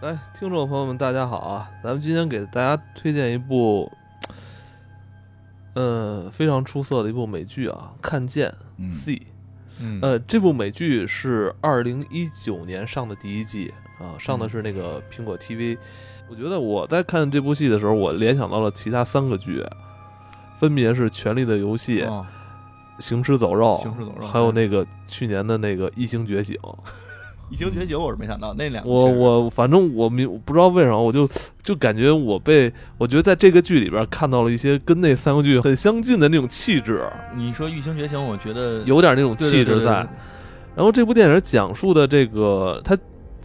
来，听众朋友们，大家好啊！咱们今天给大家推荐一部，呃，非常出色的一部美剧啊，《看见嗯 C》。嗯呃，这部美剧是二零一九年上的第一季啊，上的是那嗯个苹果 TV。我觉得我在看这部戏的时候，我联想到了其他三个剧，分别是《权力的游戏》哦行尸走肉》，行尸走哦肉嗯还有那个去年的那个《异星觉醒》。异形觉醒我是没想到那两个我确实我反正我明我不知道为什么，我就就感觉我被我觉得在这个剧里边看到了一些跟那三个剧很相近的那种气质，你说异形觉醒，我觉得有点那种对气质在。，然后这部电影讲述的这个它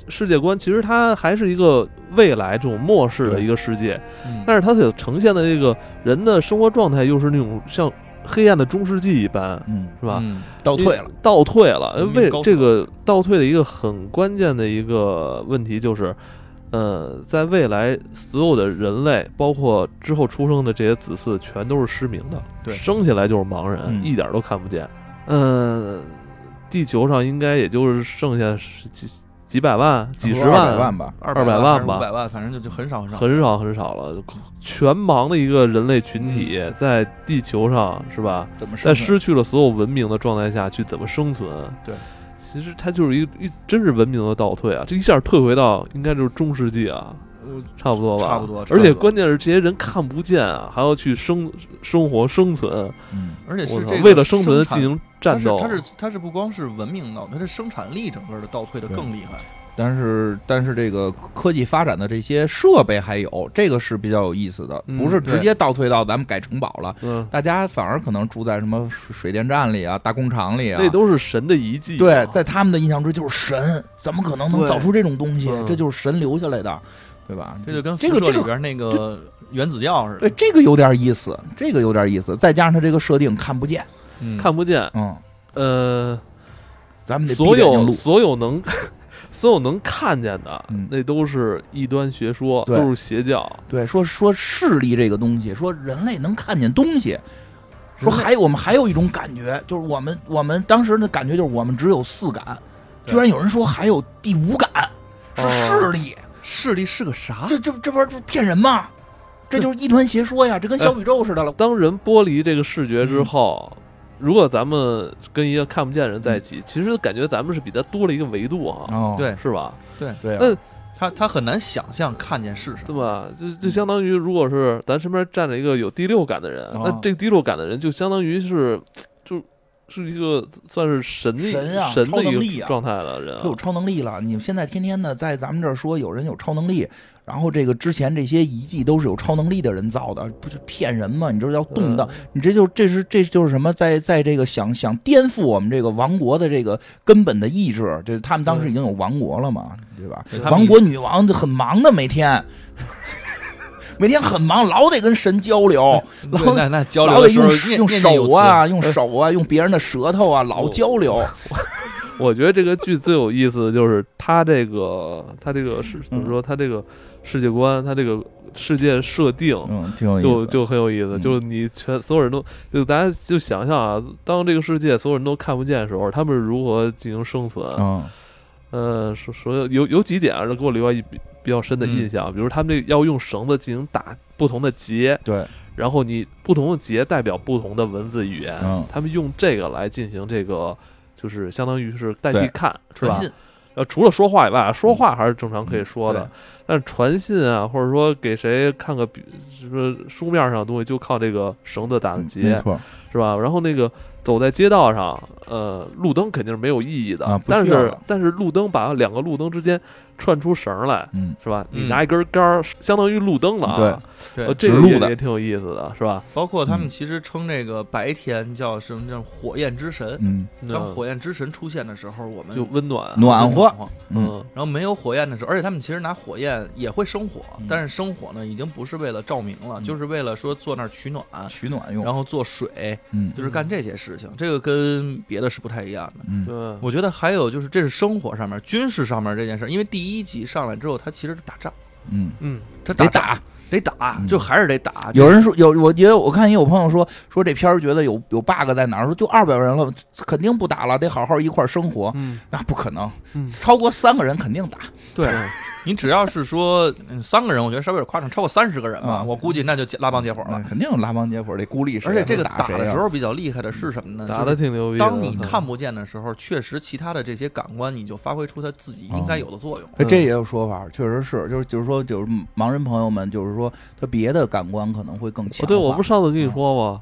世界观，其实它还是一个未来这种末世的对一个世界，嗯但但是它所呈现的这个人的生活状态又是那种像黑暗的中世纪一般，嗯，是吧？嗯倒退了，倒退了。文明为高速这个倒退的一个很关键的一个问题就是，呃，在未来所有的人类，包括之后出生的这些子嗣，全都是失明的，对生下来就是盲人，嗯一点都看不见。嗯、地球上应该也就是剩下十几几百万、几十200万。万吧，二200万万吧五百万，反正就就很少很少。很少很少了，全盲的一个人类群体嗯在地球上是吧？怎么在生存？失去了所有文明的状态下去怎么生存？对，其实它就是一一真是文明的倒退啊！这一下退回到应该就是中世纪啊，我差不多吧，差不多差而不且多关键是这些人看不见啊，还要去生生活生存，嗯，而且我是操这个为了生存生进产行战斗。它是它是它是不光是文明倒退，它是生产力整个的倒退的对更厉害。但是但是这个科技发展的这些设备还有，这个是比较有意思的，嗯不是直对接倒退到咱们改城堡了，嗯，大家反而可能住在什么水水电站里啊、大工厂哎里啊，那都是神的遗迹啊、对，在他们的印象中就是神，怎么可能能对造出这种东西嗯？这就是神留下来的，对吧？这就跟这辐个射这里个边那个原子教似对的，这个有点意思，这个有点意思。再加上它这个设定看不见，嗯看不见。嗯，呃，咱们得所闭着眼睛有录所有能 所有能看见的，嗯那都是异端学说，对都是邪教。对说说视力这个东西，说人类能看见东西。说人类还有我们还有一种感觉，就是我们我们当时的感觉就是我们只有四感，对居然有人说还有第五感是哦视力，视力是个啥？这这这不是这骗人吗？这就是异端邪说呀，这跟小宇宙似的了。当人剥离这个视觉嗯之后，如果咱们跟一个看不见的人在一起，其实感觉咱们是比他多了一个维度啊，哦呃对是吧？嗯对啊那他他很难想象看见是什么。对吧？就就相当于，如果是咱身边站着一个有第六感的人，哦那这个第六感的人就相当于是，就是一个算是神的神啊神的超能一力个啊状态的呃人啊都有超能力了。你们现在天天的在咱们这儿说有人有超能力，然后这个之前这些遗迹都是有超能力的人造的，不就骗人吗？你这叫动呃荡，你这就这是这就是什么在在这个想想颠覆我们这个王国的这个根本的意志，这他们当时已经有王国了嘛，对吧？对他们王国女王就很忙的，每天 每天很忙，老得跟神交流，对老那那交老流得的时候用念用念念有手词嗯啊，用手啊，用别人的舌头啊，老交流。我觉得这个剧最有意思的就是他这个他这个嗯是怎么说？他这个世界观，他这个世界设定，嗯，挺有就就很有意思，嗯就是你全所有人都就大家就想象啊，当这个世界所有人都看不见的时候，他们是如何进行生存？嗯。呃，说说有有几点啊，给我留下一比比较深的印嗯象，比如他们这要用绳子进行打不同的结，对，然后你不同的结代表不同的文字语言，嗯他们用这个来进行这个。就是相当于是代替对看，是传吧？信，呃，除了说话以外，嗯说话还是正常可以说的，对但是传信啊，或者说给谁看个笔什么书面上的东西，就靠这个绳子打的结，嗯没错是吧？然后那个走在街道上，呃，路灯肯定是没有意义的，啊不但需要是了但是路灯把两个路灯之间串出绳来，嗯，是吧？你嗯拿一根杆儿，相当于路灯了啊。对呃，这指个路也的也挺有意思的，是吧？包括他们嗯其实称这个白天叫什么叫火焰之神。嗯，当嗯火焰之神出现的时候，我们就温暖，暖和，和。嗯，然后没有火焰的时候，而且他们其实拿火焰也会生火，嗯但是生火呢，已经不是为了照明了，嗯就是为了说坐那儿取暖，取暖用，然后做水，嗯就是干这些事情。这个跟别的是不太一样的。嗯对，我觉得还有就是，这是生活上面、军事上面这件事儿，因为第一集上来之后，他其实是打仗，嗯，嗯，他得打打。得打，嗯就还是得打。有人说有，我觉得我看也有朋友说说这片儿觉得有有 bug 在哪儿，说就二百人了，肯定不打了，得好好一块儿生活。嗯那不可能嗯，超过三个人肯定打。对，你只要是说嗯三个人，我觉得稍微有点夸张，超过三十个人吧，啊我估计那就结拉帮结伙了嗯。肯定有拉帮结伙，这孤立谁而也且这能个打打谁的啊时，候比较厉害的是什么呢？打就的是挺牛逼的。当你我操看不见的时候，确实其他的这些感官，你就发挥出它自己应哦该有的作用。哎这也有说法，确实是，就是就是说，就是盲人朋友们，就是说他别的感官可能会更哦强化。对，我不是上次跟你说吗？嗯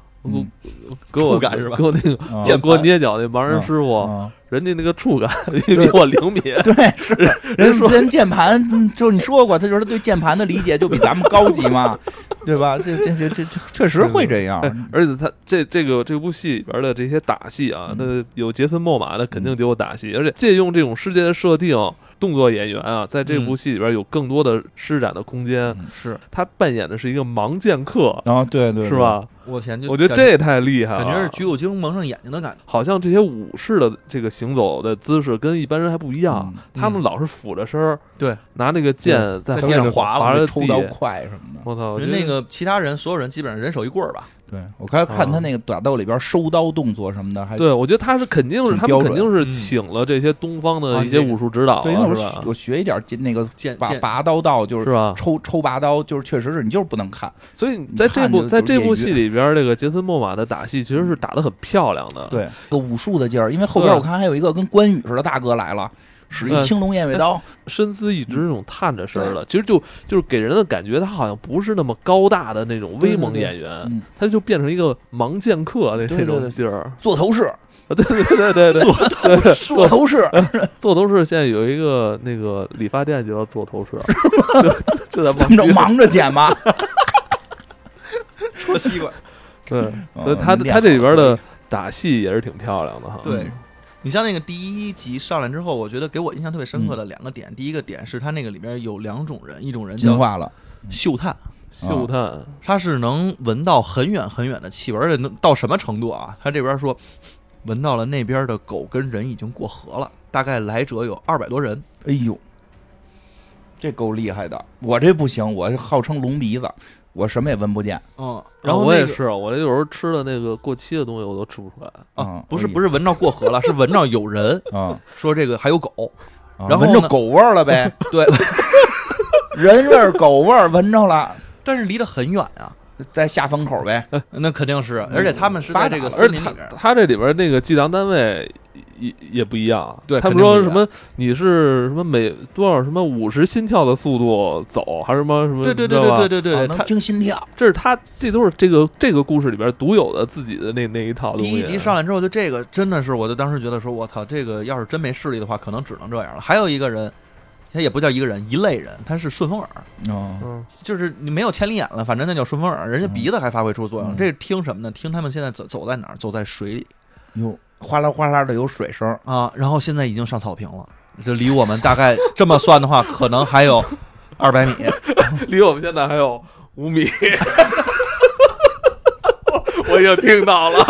给我触感是吧给我那个啊键给我盘捏脚那盲人嗯师傅，啊人家那个触 感比我灵敏。对，是人人键盘，嗯就是你说过，他就是对键盘的理解就比咱们高级嘛，对吧？这这这这这确实会这样， 而且他这这个这部戏里边的这些打戏啊，嗯那有杰森·莫玛的肯定得有打戏，而且借用这种世界的设定，动作演员啊，在这部嗯戏里边有更多的施展的空间。嗯是他扮演的是一个盲剑客，然后啊对对是？吧？我天，就我觉得感这也啊太厉害了，感觉是橘右京蒙上眼睛的感觉。好像这些武士的这个行走的姿势跟一般人还不一对样，嗯他们老是俯着身儿，对，拿那个剑在后在地面上划划划着抽刀地。快什么的。我操！我因觉为得那个其他人，所有人基本上人手一棍儿吧，对我刚才看他那个打斗里边收刀动作什么的，还啊对，我觉得他是肯定是挺他标们准肯定是嗯请了这些东方啊的一你些这个武术指导对，因为了，我啊是学吧？我学一点进那个剑拔剑拔刀道，就是吧？啊抽抽拔刀，就是确实是你就是不能看，所以在这你看部就在这就部业余戏里边，这个杰森·莫玛的打戏其实是打得很漂亮的。对，这个武术的劲儿，因为后边对我看还有一个跟关羽似的大哥来了，使一嗯青龙偃 月刀，身姿一直那种探着身儿的，其实就就是给人的感觉，他好像不是那么高大的那种威猛对对对演员，嗯，他就变成一个盲剑客那对这对种对劲儿。做头饰，啊 对对对对 对，对对做头 饰，做头饰现在有一个那个理发店就要做头 饰，啊就就在怎么着望京忙着 剪嗯吧。戳西瓜。对，嗯所以他练他这好里边了的打戏也是挺漂亮的哈。嗯对，嗯你像那个第一集上来之后，我觉得给我印象特别深刻的两个点，第一个点是他那个里边有两种人，一种人进叫化了，嗅探，嗅探，他是能闻到很远很远的气味，而且能到什么程度啊？他这边说闻到了那边的狗跟人已经过河了，大概来者有二百多人。哎呦，这够厉害的，我这不行，我号称龙鼻子，我什么也闻不见，嗯，然后哦我那也个是，我这有时候吃的那个过期的东西我都吃不出来。啊嗯，不是哎呀不是闻到过 河了，是闻到有人啊，说这个还有狗，啊然后闻着呢狗味儿 了呗，对，人味儿、狗味儿闻着了，但是离得很远啊，在下风口呗，那肯定是，而且他们是在这个而森林他里边，他这里边那个计量单位也也不一样，对他们肯定说不一什样么你是什么每多少什么五十心跳的速度走，还是什么什么，对对对你知道吧对对对对，啊能他听心跳，这是他这都是这个这个故事里边独有的自己的那那一套东第西。一集上来之后，就这个真的是，我就当时觉得说，我操，这个要是真没视力的话，可能只能这样了。还有一个人，他也不叫一个人，一类人，他是顺风耳，哦啊嗯，就是你没有千里眼了，反正那叫顺风耳，人家嗯鼻子还发挥出作用。嗯这是听什么呢？听他们现在走走在哪儿？走在水里哟，哗啦哗啦的有水声，啊，然后现在已经上草坪了，这离我们大概这么算的话，可能还有二百米。离我们现在还有五米。 我我已经听到了，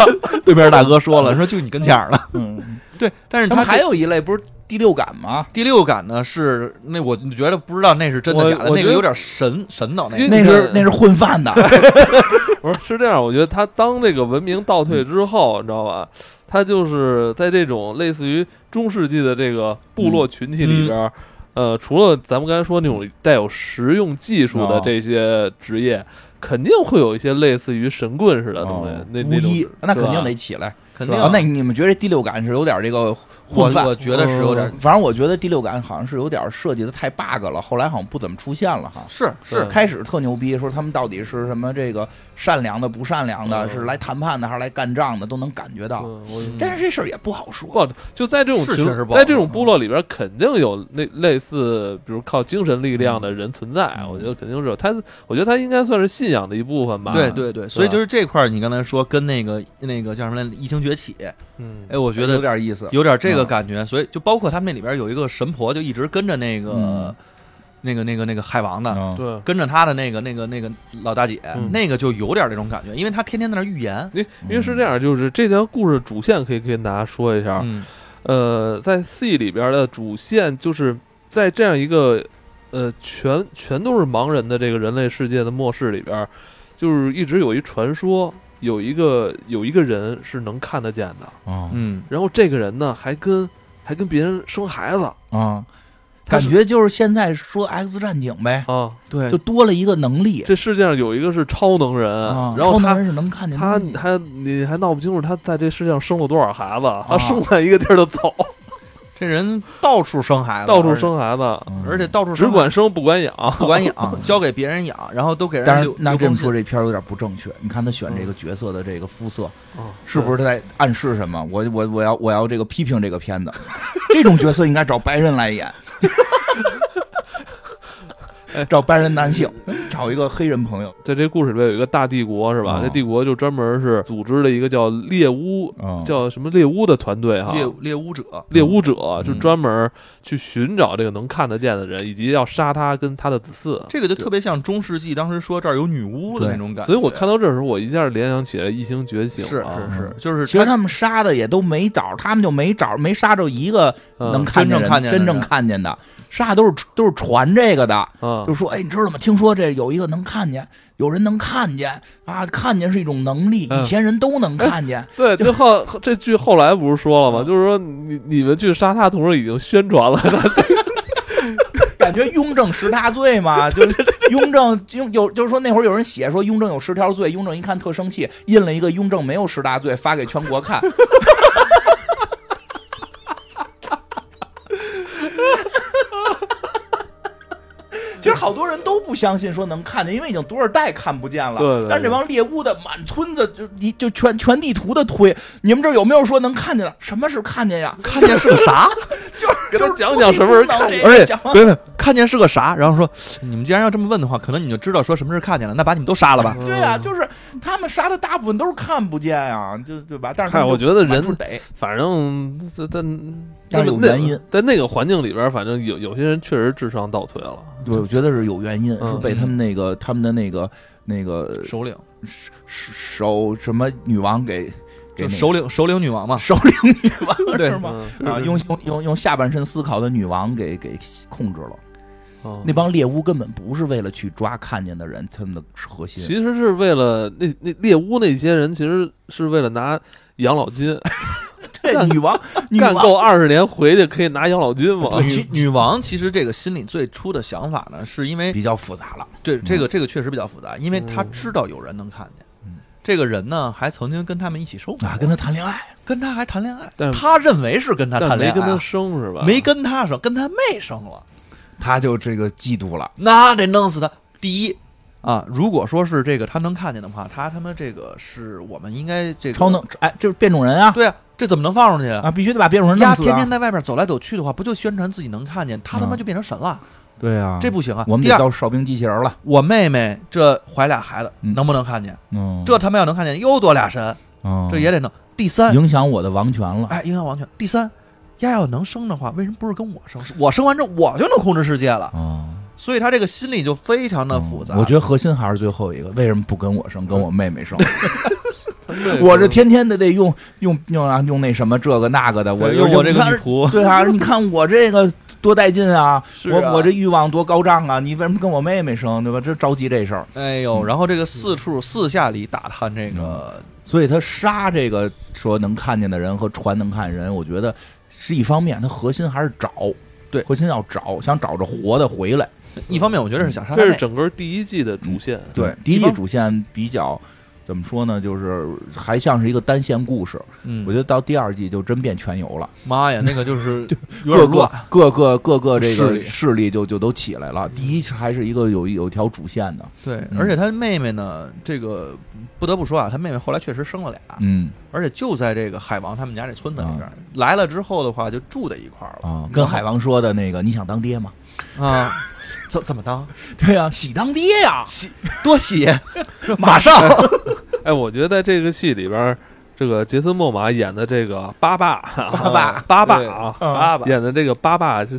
对面大哥说了，说就你跟前儿了。嗯，对，但是他他们还这有一类不是第六感吗？第六感呢，是那我觉得不知道那是真的我假的，我那觉个得有点神神道那个因。那是嗯那是混饭的，不是是这样，我觉得他当这个文明倒退之后，你知道吧？他就是在这种类似于中世纪的这个部落群体里边儿，呃，除了咱们刚才说那种带有实用技术的哦这些职业，肯定会有一些类似于神棍似的东西。那哦无那种一，那肯定得对吧起来。肯是吧定啊，那你们觉得这第六感是有点这个我混饭我？觉得是有点嗯反正我觉得第六感好像是有点设计的太 bug 了，后来好像不怎么出现了哈。是对是开始特牛逼，说他们到底是什么这个善良的、不善良的，嗯是来谈判的还是来干仗的，都能感觉到。嗯我嗯但是这事儿也不好不说，好，就在这种是群确实不好嗯在这种部落里边，肯定有那类似，比如靠精神力量的人存在。嗯我觉得肯定是有他，我觉得他应该算是信仰的一部分吧。对对对，所以吧就是这块儿，你刚才说跟那个那个叫什么来，《异星崛起》，嗯，哎，我觉有得点意思。有点这个感觉，所以就包括他们那里边有一个神婆，就一直跟着那个嗯那个那个那个海王的，嗯，对。跟着他的那个那个那个老大姐嗯，那个就有点那种感觉，因为他天天在那儿预言。因因为是这样，就是这条故事主线可以跟大家说一下。嗯，呃，在 C 里边的主线就是在这样一个呃全全都是盲人的这个人类世界的末世里边，就是一直有一传说，有一个有一个人是能看得见的，啊嗯，然后这个人呢还跟还跟别人生孩子，啊，它感是觉就是现在说 X 战警呗，啊，对就多了一个能力这世界上有一个是超能人，啊。然后超能他人是能看见他东西的还你还闹不清楚他在这世界上生了多少孩啊子，他生在一个地儿就走，这人到处生孩子，哎到处生孩子，嗯而且，而且到处只生管生不管养。啊不管养，交给别人养，然后都给人但是留那留这封么说，信。这片儿有点不正确。你看他选这个角色的这个肤色，啊是不是他在暗示什么？我我我要我要这个批评这个片子， 这种角色应该找白人来 演，找白人男性，找一个黑人朋友。在这故事里边有一个大帝国是吧？哦这帝国就专门是组织了一个叫猎巫，嗯，叫什么猎巫的团队哈。猎猎巫者，猎巫嗯者就专门去寻找这个能看得见的人，以及要杀他跟他的子嗣。这个就特别像中世纪当时说这儿有女巫的那种感觉。所以我看到这儿的时候，我一下联想起来《异形觉是醒》是啊，是，就是其实他他们杀的也都没找，他们就没找，没杀着一个嗯能看见真正人看见的真正人嗯看见的，杀都是都是传这个的，啊就说哎，你知道吗？听说这有一个能看见，有人能看见啊，看见是一种能力，嗯以前人都能看见，对，就这后 这剧后来不是说了吗？嗯就是说你你们去杀他的同时已经宣传了，感觉雍正十大 罪嘛，就是雍正雍有就是说那会儿有人写说雍正有十条罪，雍正一看特生气，印了一个雍正没有十大罪发给全国看。 其实好多人都不相信说能看见，因为已经多少代看不见了。对对对但是这帮猎巫的满村子就一就全全地图的推，你们这儿有没有说能看见的？什么是看见呀？看见是个 啥？就是跟就他是讲讲什么是看这见个而且讲别别，看见是个啥？然 后说，你们既然要这么问的话，可能你就知道说什么是看见了，那把你们都杀了吧。 对啊，就是他们杀的大部分都是看不见啊，就对吧？但是他们嗨我就觉得人满处逮反正这这但是有原因，在那个环境里边，反正有有些人确实智商倒退了。对，我觉得是有原因，嗯是被他们那个他们的那个那个 首领手手什么女王给就给那个首领首领女王嘛， 首领女 王对是吗？嗯，啊，用用用用下半身思考的女王给给控制了。嗯那帮猎巫根本不是为了去抓看见的人，他们的核心。其实是为了那那猎巫那些人，其实是为了拿养老金，对，女 王 女干王够二十年回去可以拿养老金嘛？对啊女其女王其实这个心里最初的想法呢，是因为比较复杂了。对这个这个确实比较复杂，因为他嗯知道有人能看见嗯。这个人呢，还曾经跟他们一起生活，啊，跟他谈恋爱，跟他还谈恋爱但，他认为是跟他但谈没恋爱跟他啊，生是吧？没跟他生，跟他妹生了，他就这个嫉妒了。那得弄死他。第一啊，如果说是这个他能看见的话，他他妈这个是我们应该这个超能哎，这是变种人啊对啊，这怎么能放出去啊？啊，必须得把变种人弄丫死啊。天天在外边走来走去的话，不就宣传自己能看见？他他妈嗯就变成神了，对啊，这不行啊！我们第得二，到哨兵机器人了。我妹妹这怀俩孩子，嗯能不能看见？嗯，这他妈要能看见，又多俩神，嗯这也得弄。第三，影响我的王权了。哎，阴阳王权。第三，丫要能生的话，为什么不是跟我生？是我生完之后我就能控制世界了，啊，所以他这个心理就非常的复杂。嗯我觉得核心还是最后一个，为什么不跟我生，跟我妹妹 生？他妹夫我这天天的得用用用啊用那什么这个那个的，我用我这个你看女仆， 对啊，你看我这个多带劲啊！是啊我我这欲望多高涨啊！你为什么跟我妹妹生，对吧？这着急这事儿，哎呦，然后这个四处四下里打探这个，所以他杀这个说能看见的人和船能看见人，我觉得是一方面，他核心还是找，对核心要找，想找着活的回来。一方面我觉得是想杀他这是妹，整个第一季的主线。对嗯第一一季方主线比较怎么说呢？就是还像是一个单线故事。嗯我觉得到第二季就真变全游了，妈呀，那个就是有各点个乱，各个各个这势个力嗯势力就就都起来了。第一还是一个有有一条主线的，对，嗯而且他妹妹呢，这个不得不说啊，他妹妹后来确实生了俩，嗯而且就在这个海王他们家这村子里边，来了之后的话就住在一块儿啊，跟海王说的那个你想当爹吗？了啊，怎怎么当对呀、 喜当爹呀、喜多 喜，马上哎，我觉得在这个戏里边儿，这个杰森·莫玛演的这个巴爸，爸爸巴爸对啊，啊爸爸演的这个巴爸是，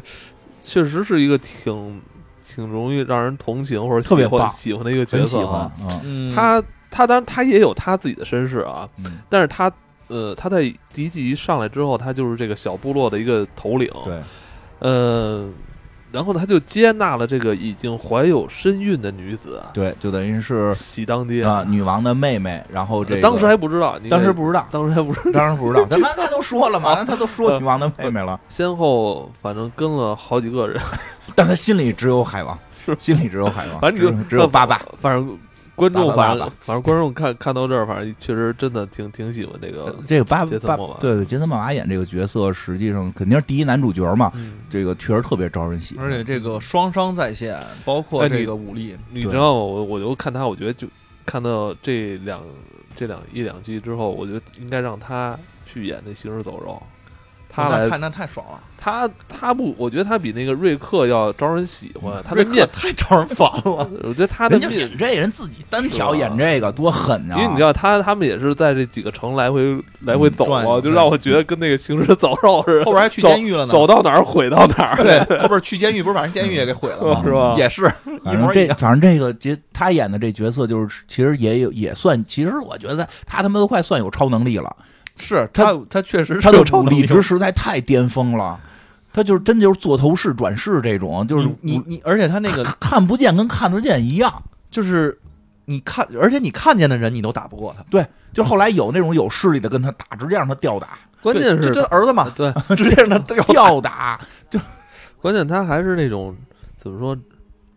确实是一个挺挺容易让人同情或者特别喜欢棒喜欢的一个角真 喜色欢啊啊。，嗯他他当然他也有他自己的身世啊，嗯但是他呃他在哦第一季一上来之后，他就是这个小部落的一个头领，对，呃，然后呢，他就接纳了这个已经怀有身孕的女子，对，就等于是喜当爹。啊，女王的妹妹，然后这个当时还不知道，你当时不知道，当时还不知道， 当 时不知道，他妈他都说了哦嘛，他都说女王的妹妹了，先后反正跟了好几个人，啊但他心里只有海王， 心里只有海 嗯王，反正你只有就呃只有爸爸，，反正。观众爸爸反爸正爸反正观众看看到这儿，反正确实真的挺挺喜欢这个，这个巴杰森巴莫瓦对对，杰森·莫娃演这个角色，实际上肯定是第一男主角嘛，嗯，这个确实特别招人喜欢。而且这个双商在线，包括哎你这个武力，你对知道吗？我我就看他，我觉得就看到这两这两一两季之后，我觉得应该让他去演那《行尸走肉》，他哦那来太那太爽了，他他不，我觉得他比那个瑞克要招人喜欢，他的嗯瑞克啊面，太招人烦了。我觉得他的人家面演。这人自己单挑演这个多狠因啊！为你知道他，他们也是在这几个城来回来回走嗯转啊，悠就让我觉得跟那个行尸走肉似的， 后边还去监狱了呢，走到哪儿毁到哪儿，对， 后边去监狱不是把人监狱也给毁了吗？ 是吧？嗯也是一反正模这一样。反正这个杰他演的这角色就是其实也有也算，其实我觉得他他妈都快算有超能力了，是他他确实是嗯他的有超武能力力值实在太巅峰了，他就是真就是座头市转世这种，就是你你你，而且他那 个看不见跟看得见一样。就是你看，而且你看见的人你都打不过他。就后来有那种有势力的跟他打，直接让他 吊打，关键这是这儿子 啊嘛，对，直接让他掉。吊打，关键他还是那种怎么说，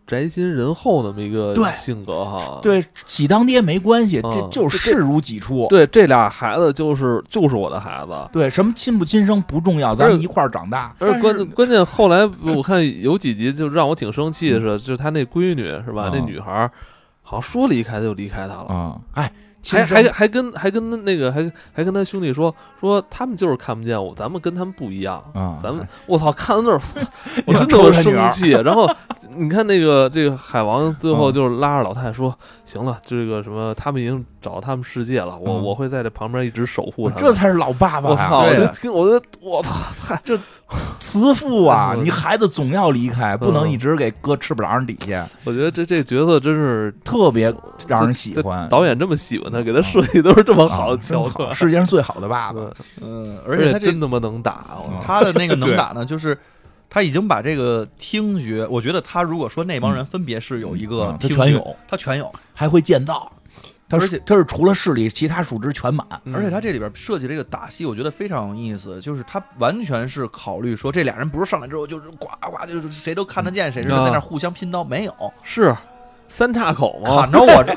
宅心仁厚那么一个对性格哈。对，喜当爹没关系，这嗯就是视如己出。对，这俩孩子就是就是我的孩子。对，什么亲不亲生不重要，咱而们且一块儿长大。而且但关是关键后来我看有几集就让我挺生气的是，就是他那闺女是吧啊？那女孩儿好像说离开就离开他了，啊，哎，亲哦还还生还跟还跟那个还还跟他兄弟说说他们就是看不见我，咱们跟他们不一样。啊，咱们我操，看到那儿， 我要真的抽我他女儿生气。 然后你看那个这个海王最嗯后就是拉着老太说：“行了，这个什么他们已经找到他们世界了，我嗯我会在这旁边一直守护他们。”这才是老爸爸我呀、操！我对就听，我就我操，太慈父 啊！嗯你孩子总要离开，不能嗯一直给搁翅膀上底下，我觉得这这角色真是特别让人喜欢。嗯导演这么喜欢他，给他设计都是这么啊好的真桥好段，世界上最好的爸爸。对嗯，而而且他这真他妈能打，我嗯操！他的那个 能打呢，就是他已经把这个听觉，我觉得他如果说那帮人分别是有一个嗯他听觉，全有，他全有，还会建造。他而是他是除了视力，其他数值全满。嗯而且他这里边设计这个打戏，我觉得非常有意思，就是他完全是考虑说这俩人不是上来之后就是呱呱就是谁都看得见谁似的，啊在那儿互相拼刀，没有是啊三岔口嘛，砍着我之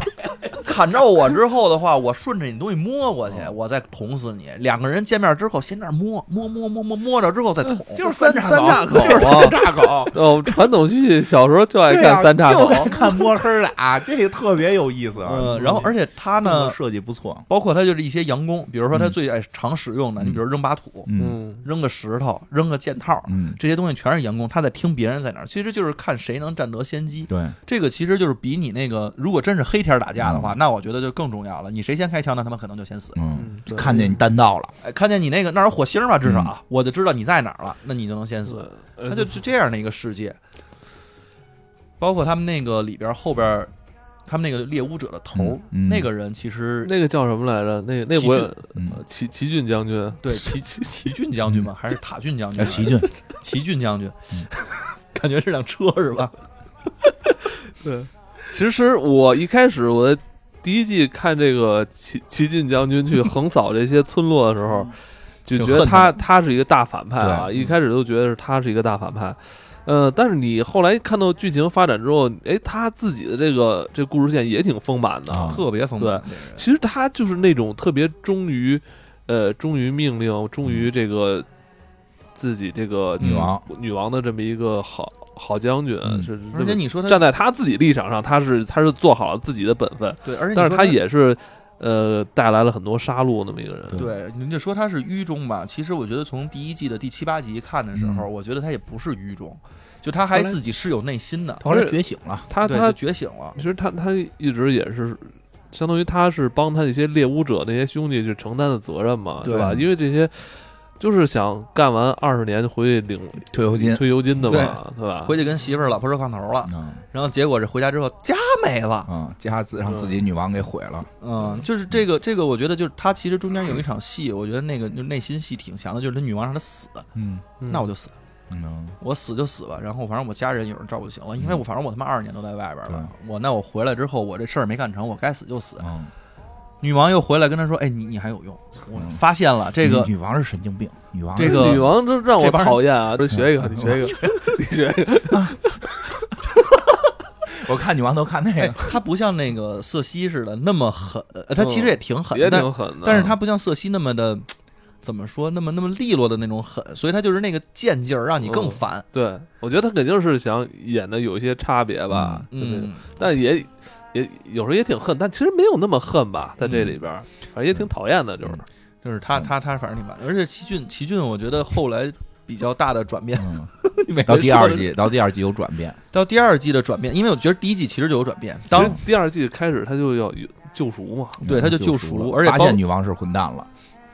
砍着我之后的话，我顺着你东西摸过去，我再捅死你。两个人见面之后，先那儿摸摸摸摸摸摸着之后再捅，嗯就是三岔三岔口就是啊三岔口。 哦，我们传统剧小时候就爱对看啊呀，三岔就口，该哎看摸黑儿打，这个特别有意思啊。嗯，然后而且他这个呢，设计不错，包括他就是一些佯攻，比如说他嗯最爱常使用的，你比如扔把土、嗯，扔个石头、扔个箭套，嗯，这些东西全是佯攻。他在听别人在哪儿，其实就是看谁能占得先机。对，嗯这个其实就是比你那个，如果真是黑天打架的话，那我觉得就更重要了。你谁先开枪，那他们可能就先死。嗯，对看见你单到了，哎，看见你那个那儿有火星嘛，至少、啊我就知道你在哪儿了，那你就能先死。呃嗯那就就这样的一个世界，包括他们那个里边后边，他们那个猎巫者的头，嗯嗯那个人其实那个叫什么来着？那那齐我俊嗯呃齐齐俊将军，对齐齐齐俊将军吗？还是塔俊将军哎，啊？奇骏，齐俊将军嗯， 感觉是辆车是吧？对，其实我一开始我第一季看这个齐齐晋将军去横扫这些村落的时嗯候，就觉得他他是一个大反派啊，对一开始都觉得是他是一个大反派。呃，但是你后来看到剧情发展之后，哎，他自己的这个这故事线也挺丰满的啊特别丰满。这个人其实他就是那种特别忠于，呃，忠于命令，忠于这个自己这个嗯女王女王的这么一个好好将军，嗯是而且你说他站在他自己立场上，他是他是做好了自己的本分，对，而且你但是说他也是呃带来了很多杀戮那么一个人。对对，你就说他是愚忠吧，其实我觉得从第一季的第七八集看的时候，嗯我觉得他也不是愚忠，就他还后来自己是有内心的，后来觉醒了，他对他就觉醒了其。实他他一直也是。相当于他是帮他那些猎巫者那些兄弟去承担的责任嘛，对是吧？因为这些就是想干完二十年就回去领退休金，退休金的嘛，对吧？回去跟媳妇儿、老婆热炕头了，嗯然后结果这回家之后家没了，啊，家自让自己女王给毁了，嗯，就是这个这个，我觉得就是他其实中间有一场戏，我觉得那个就内心戏挺强的，就是他女王让他死，嗯，嗯那我就死，嗯，我死就死吧，然后反正我家人有人照顾就行了，因为嗯我反正我他妈二十年都在外边了，我那我回来之后，我这事儿没干成，我该死就死。嗯女王又回来跟他说，哎，你你还有用，我嗯发现了这个女女王是神经病，女王这个女王这让我这帮人嗯讨厌 啊！这学一个，你学一个， 你学一个。我看女王都看那哎个，，他不像那个瑟西似的那么狠，呃他其实也挺狠，嗯也 但挺狠的，但是他不像瑟西那么的，怎么说，那么那么利落的那种狠，所以他就是那个贱劲儿，让你更嗯烦。对我觉得他肯定是想演的有一些差别吧，就那种，嗯，但也也有时候也挺恨，但其实没有那么恨吧，在这里边儿，嗯反正也挺讨厌的，就是就是他嗯他他反正挺烦的，而且奇骏奇骏，我觉得后来比较大的转变， 嗯，每个到人第说二的季到第二季有转 变，到第二季的转变，因为我觉得第一季其实就有转变，其当实第二季开始他就要有救赎嘛，对他就嗯救救赎了而且发包现女王是混蛋了，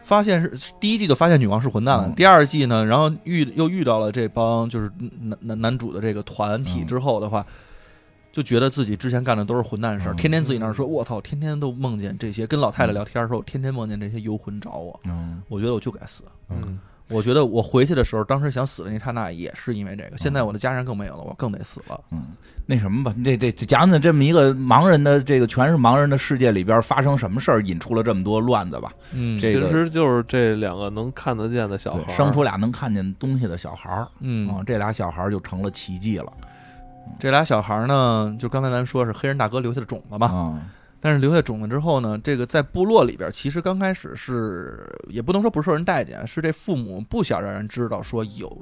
发现是第一季就发现女王是混蛋了，嗯第二季呢，然后遇又遇到了这帮就是男男男主的这个团体嗯之后的话，就觉得自己之前干的都是混蛋事儿，嗯天天自己那儿说，我操，天天都梦见这些，跟老太太聊天的时候，天天梦见这些游魂找我，嗯我觉得我就该死。嗯，我觉得我回去的时候，当时想死的那刹那也是因为这个。现在我的家人更没有了，我更得死了。嗯，那什么吧，这这这讲讲这么一个盲人的这个全是盲人的世界里边发生什么事儿，引出了这么多乱子吧？嗯这个其实就是这两个能看得见的小孩对，儿生出俩能看见东西的小孩儿，嗯啊，，这俩小孩儿就成了奇迹了这俩小孩儿呢，就刚才咱说是黑人大哥留下的种子嘛，啊，但是留下种子之后呢，这个在部落里边，其实刚开始是也不能说不受人待见，是这父母不想让人知道说有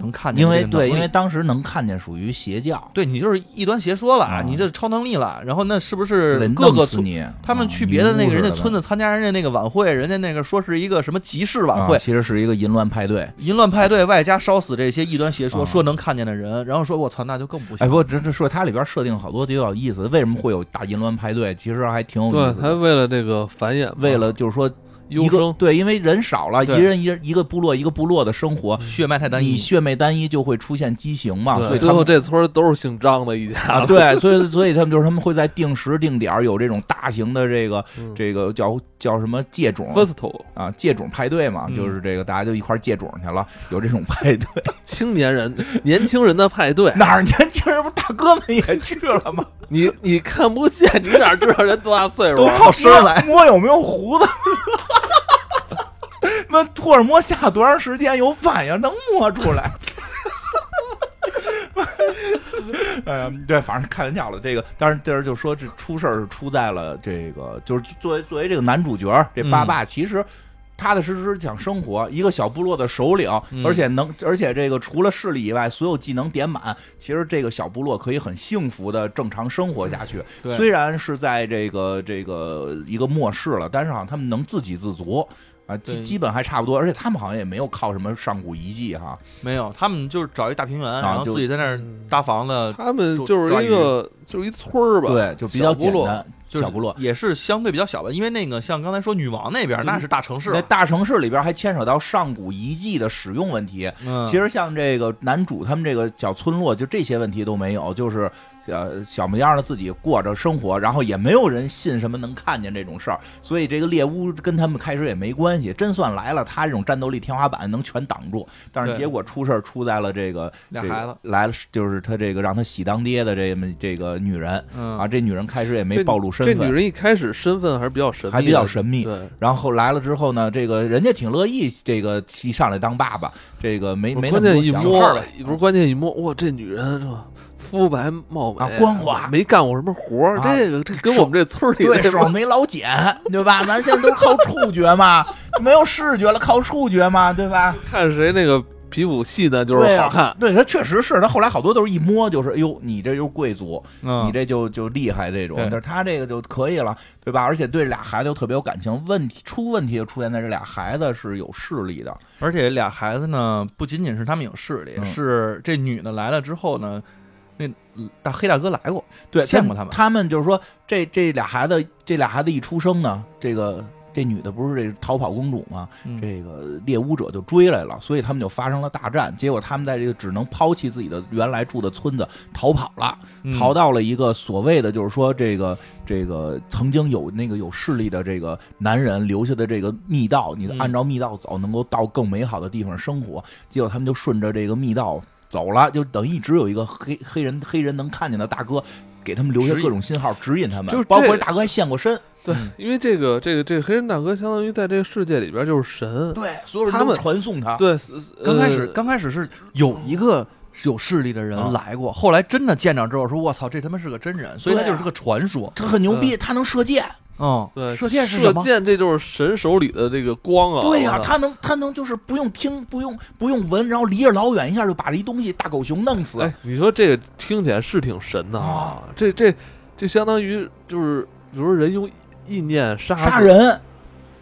能看见因这个为能力，对，因为当时能看见属于邪教，对你就是异端邪说了，啊你这超能力了，然后那是不就得是各弄个死村？你。他们啊去别的那个人家迷路似的村子参加人家那个晚会，人家那个说是一个什么集市晚啊会，其实是一个淫乱派对。淫乱派对，外加烧死这些异端邪说，啊说能看见的人，然后说我操，那就更不行。哎，不过这这说它里边设定好多就有意思，为什么会有大淫乱派对？其实还挺有意对思他的。为了这个繁衍嘛，为了就是说优一个生，对，因为人少了，一对人一人一个部落一个部落的生活，血脉太单你一，血脉单一就会出现畸形嘛，所嗯对，以他最们后 这村儿都是姓张的一家啊，了，对，所以所以他们就是他们会在定时定点儿有这种大型的这个嗯这个叫叫什么借种 Festival 啊借种派对嘛，嗯就是这个大家就一块儿借种去了，有这种派对，青年人、 年轻人的派对，哪 儿年轻人不大哥们也去了吗？你你看不见，你哪知道人多大岁数都啊？靠声来摸有没有胡子。 那托尔摸下多长时间有反应，能摸出来？哎呀，对，反正开玩笑了。这个，当然，这是就说这出事儿是出在了这个，就是作为作为这个男主角儿这爸爸，其实踏踏实实想生活，一个小部落的首领，嗯而且能，而且这个除了视力以外，所有技能点满，其实这个小部落可以很幸福的正常生活下去。对虽然是在这个这个一个末世了，但是好像他们能自给自足啊，基对基本还差不多，而且他们好像也没有靠什么上古遗迹哈，没有，他们就是找一大平原，然后啊就自己在那儿搭房 子，他们就是一个就是一村儿吧，对，就比较小部简落单，就是小部落。也是相对比较小吧，因为那个像刚才说女王那边，嗯那是大城市在了，大城市里边还牵扯到上古遗迹的使用问题，嗯，其实像这个男主他们这个小村落，就这些问题都没有，就是呃小模样的自己过着生活，然后也没有人信什么能看见这种事儿，所以这个猎巫跟他们开始也没关系。真算来了，他这种战斗力天花板能全挡住，但是对结果出事儿出在了这个俩这个孩子来了，就是他这个让他喜当爹的这么这个女人嗯啊，这女人开始也没这暴露身这份，女人一开始身份还是比较神秘的，还比较神秘对，然后来了之后呢，这个人家挺乐意，这个一上来当爸爸，这个没没那关么多键一想摸 法，不是关键一摸，哇，这女人是吧？肤白貌美啊，光滑没干过什么活儿，啊这个这跟我们这村儿里对这手没老茧，对吧？咱现在都靠触觉嘛，没有视觉了，靠触觉嘛，对吧？看谁那个皮肤细呢，就是对好啊看。对他确实是他后来好多都是一摸就是，哎呦，你这就是贵族，嗯你这就就厉害这种，对但是他这个就可以了，对吧？而且对这俩孩子又特别有感情，问题出问题就出现在这俩孩子是有势力的，而且俩孩子呢，不仅仅是他们有势力，嗯是这女的来了之后呢，那大黑大哥来过，对，见过他们他们就是说，这这俩孩子，这俩孩子一出生呢，这个这女的不是这逃跑公主吗？嗯这个猎巫者就追来了，所以他们就发生了大战。结果他们在这个只能抛弃自己的原来住的村子，逃跑了，嗯逃到了一个所谓的就是说这个这个曾经有那个有势力的这个男人留下的这个密道，你嗯按照密道走，能够到更美好的地方生活。结果他们就顺着这个密道走了，就等于一直有一个黑黑人黑人能看见的大哥。给他们留下指引各种信号，指引他们，就是包括这大哥还现过身，对嗯，因为这个这个这个黑人大哥相当于在这个世界里边就是神，对，啊所有人他都们传送他，对，呃刚开始刚开始是有一个是有势力的啊人来过，后来真的见着之后说：“我操，这他妈是个真人！”所以对他啊就是个传说。他很牛逼，他能射箭，嗯，对射箭是射什么？箭，这就是神手里的这个光啊！对呀、我操他能他能就是不用听，不用不用闻，然后离着老远一下就把这一东西大狗熊弄死。哦哎，你说这个听起来是挺神的啊，这这这相当于就是，比如说人用意念杀杀死，人，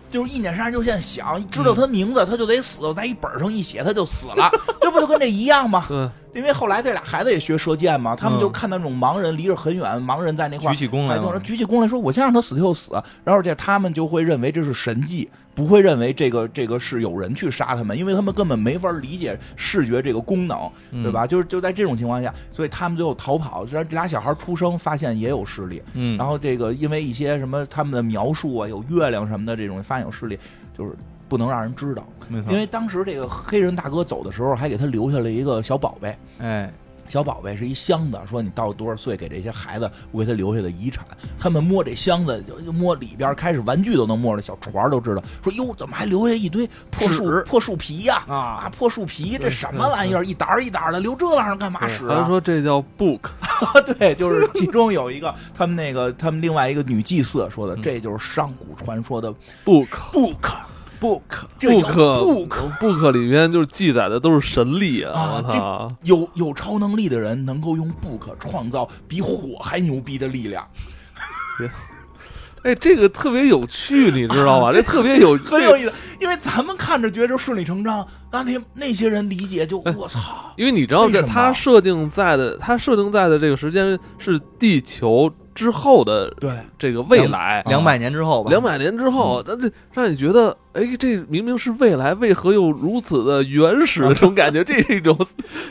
就是一撵杀人就现想，知嗯道他名字他就得死，在一本上一写他就死了， 这不就跟这一样吗？对，因为后来这俩孩子也学射箭嘛，他们嗯就是看那种盲人离着很远，盲人在那块举儿。起弓来才动，了人，举起弓来说：“我先让他死就死。”然后这他们就会认为这是神迹，不会认为这个这个是有人去杀他们，因为他们根本没法理解视觉这个功能，对嗯吧？就是就在这种情况下，所以他们最后逃跑。虽然这俩小孩出生发现也有视力，嗯？嗯，然后这个因为一些什么他们的描述啊，有月亮什么的这种发现有视力，就是不能让人知道。没错因为当时这个黑人大哥走的时候，还给他留下了一个小宝贝，哎，小宝贝是一箱子，说你到多少岁给这些孩子，我给他留下的遗产。他们摸这箱子，就就摸里边，开始玩具都能摸着，小船儿都知道。说哟，怎么还留下一堆破树纸破树皮呀、啊？啊，破树皮，这什么玩意儿？一沓儿一沓儿的，留这玩意儿干嘛对使啊？他说这叫 book， 对，就是其中有一个他们那个他们另外一个女祭司说的，嗯这就是上古传说的 book。 book book，这叫 book 嗯 book。 book 里面就是记载的都是神力啊我操！有有超能力的人能够用 book 创造比火还牛逼的力量，哎，这个特别有趣，你知道吗？这特别有 很这有个意思。因为咱们看着觉着顺理成章，那那那些人理解就我操，因为你知道，为什这么啊它设定在的，它设定在的这个时间是地球之后的对，这个未啊来，哦两百年之后吧，两百年之嗯后，那这让你觉得，哎，这明明是未来，为何又如此的原始？这种感觉，这是一 种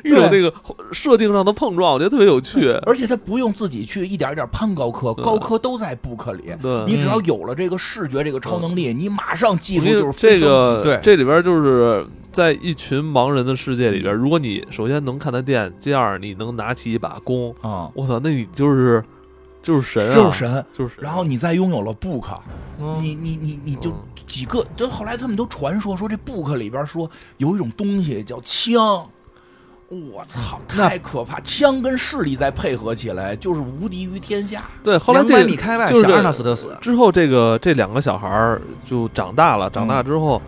一种那个设定上的碰撞，我觉得特别有趣。而且他不用自己去一点一点攀高科，对高科都在 book 里。对，你只要有了这个视觉这个超能力，你马上技术就是这飞升级个对这里边就是在一群盲人的世界里边，如果你首先能看得见，第二你能拿起一把弓，啊，我操，那你就是就是神啊，就是神。就是神。然后你再拥有了 book，嗯你你你你就嗯几个，就后来他们都传说说这 book 里边说有一种东西叫枪，我操，太可怕！枪跟势力再配合起来，就是无敌于天下。对，后来两这百个米开外，就是想让他死就死。之后这个这两个小孩儿就长大了，长大之后。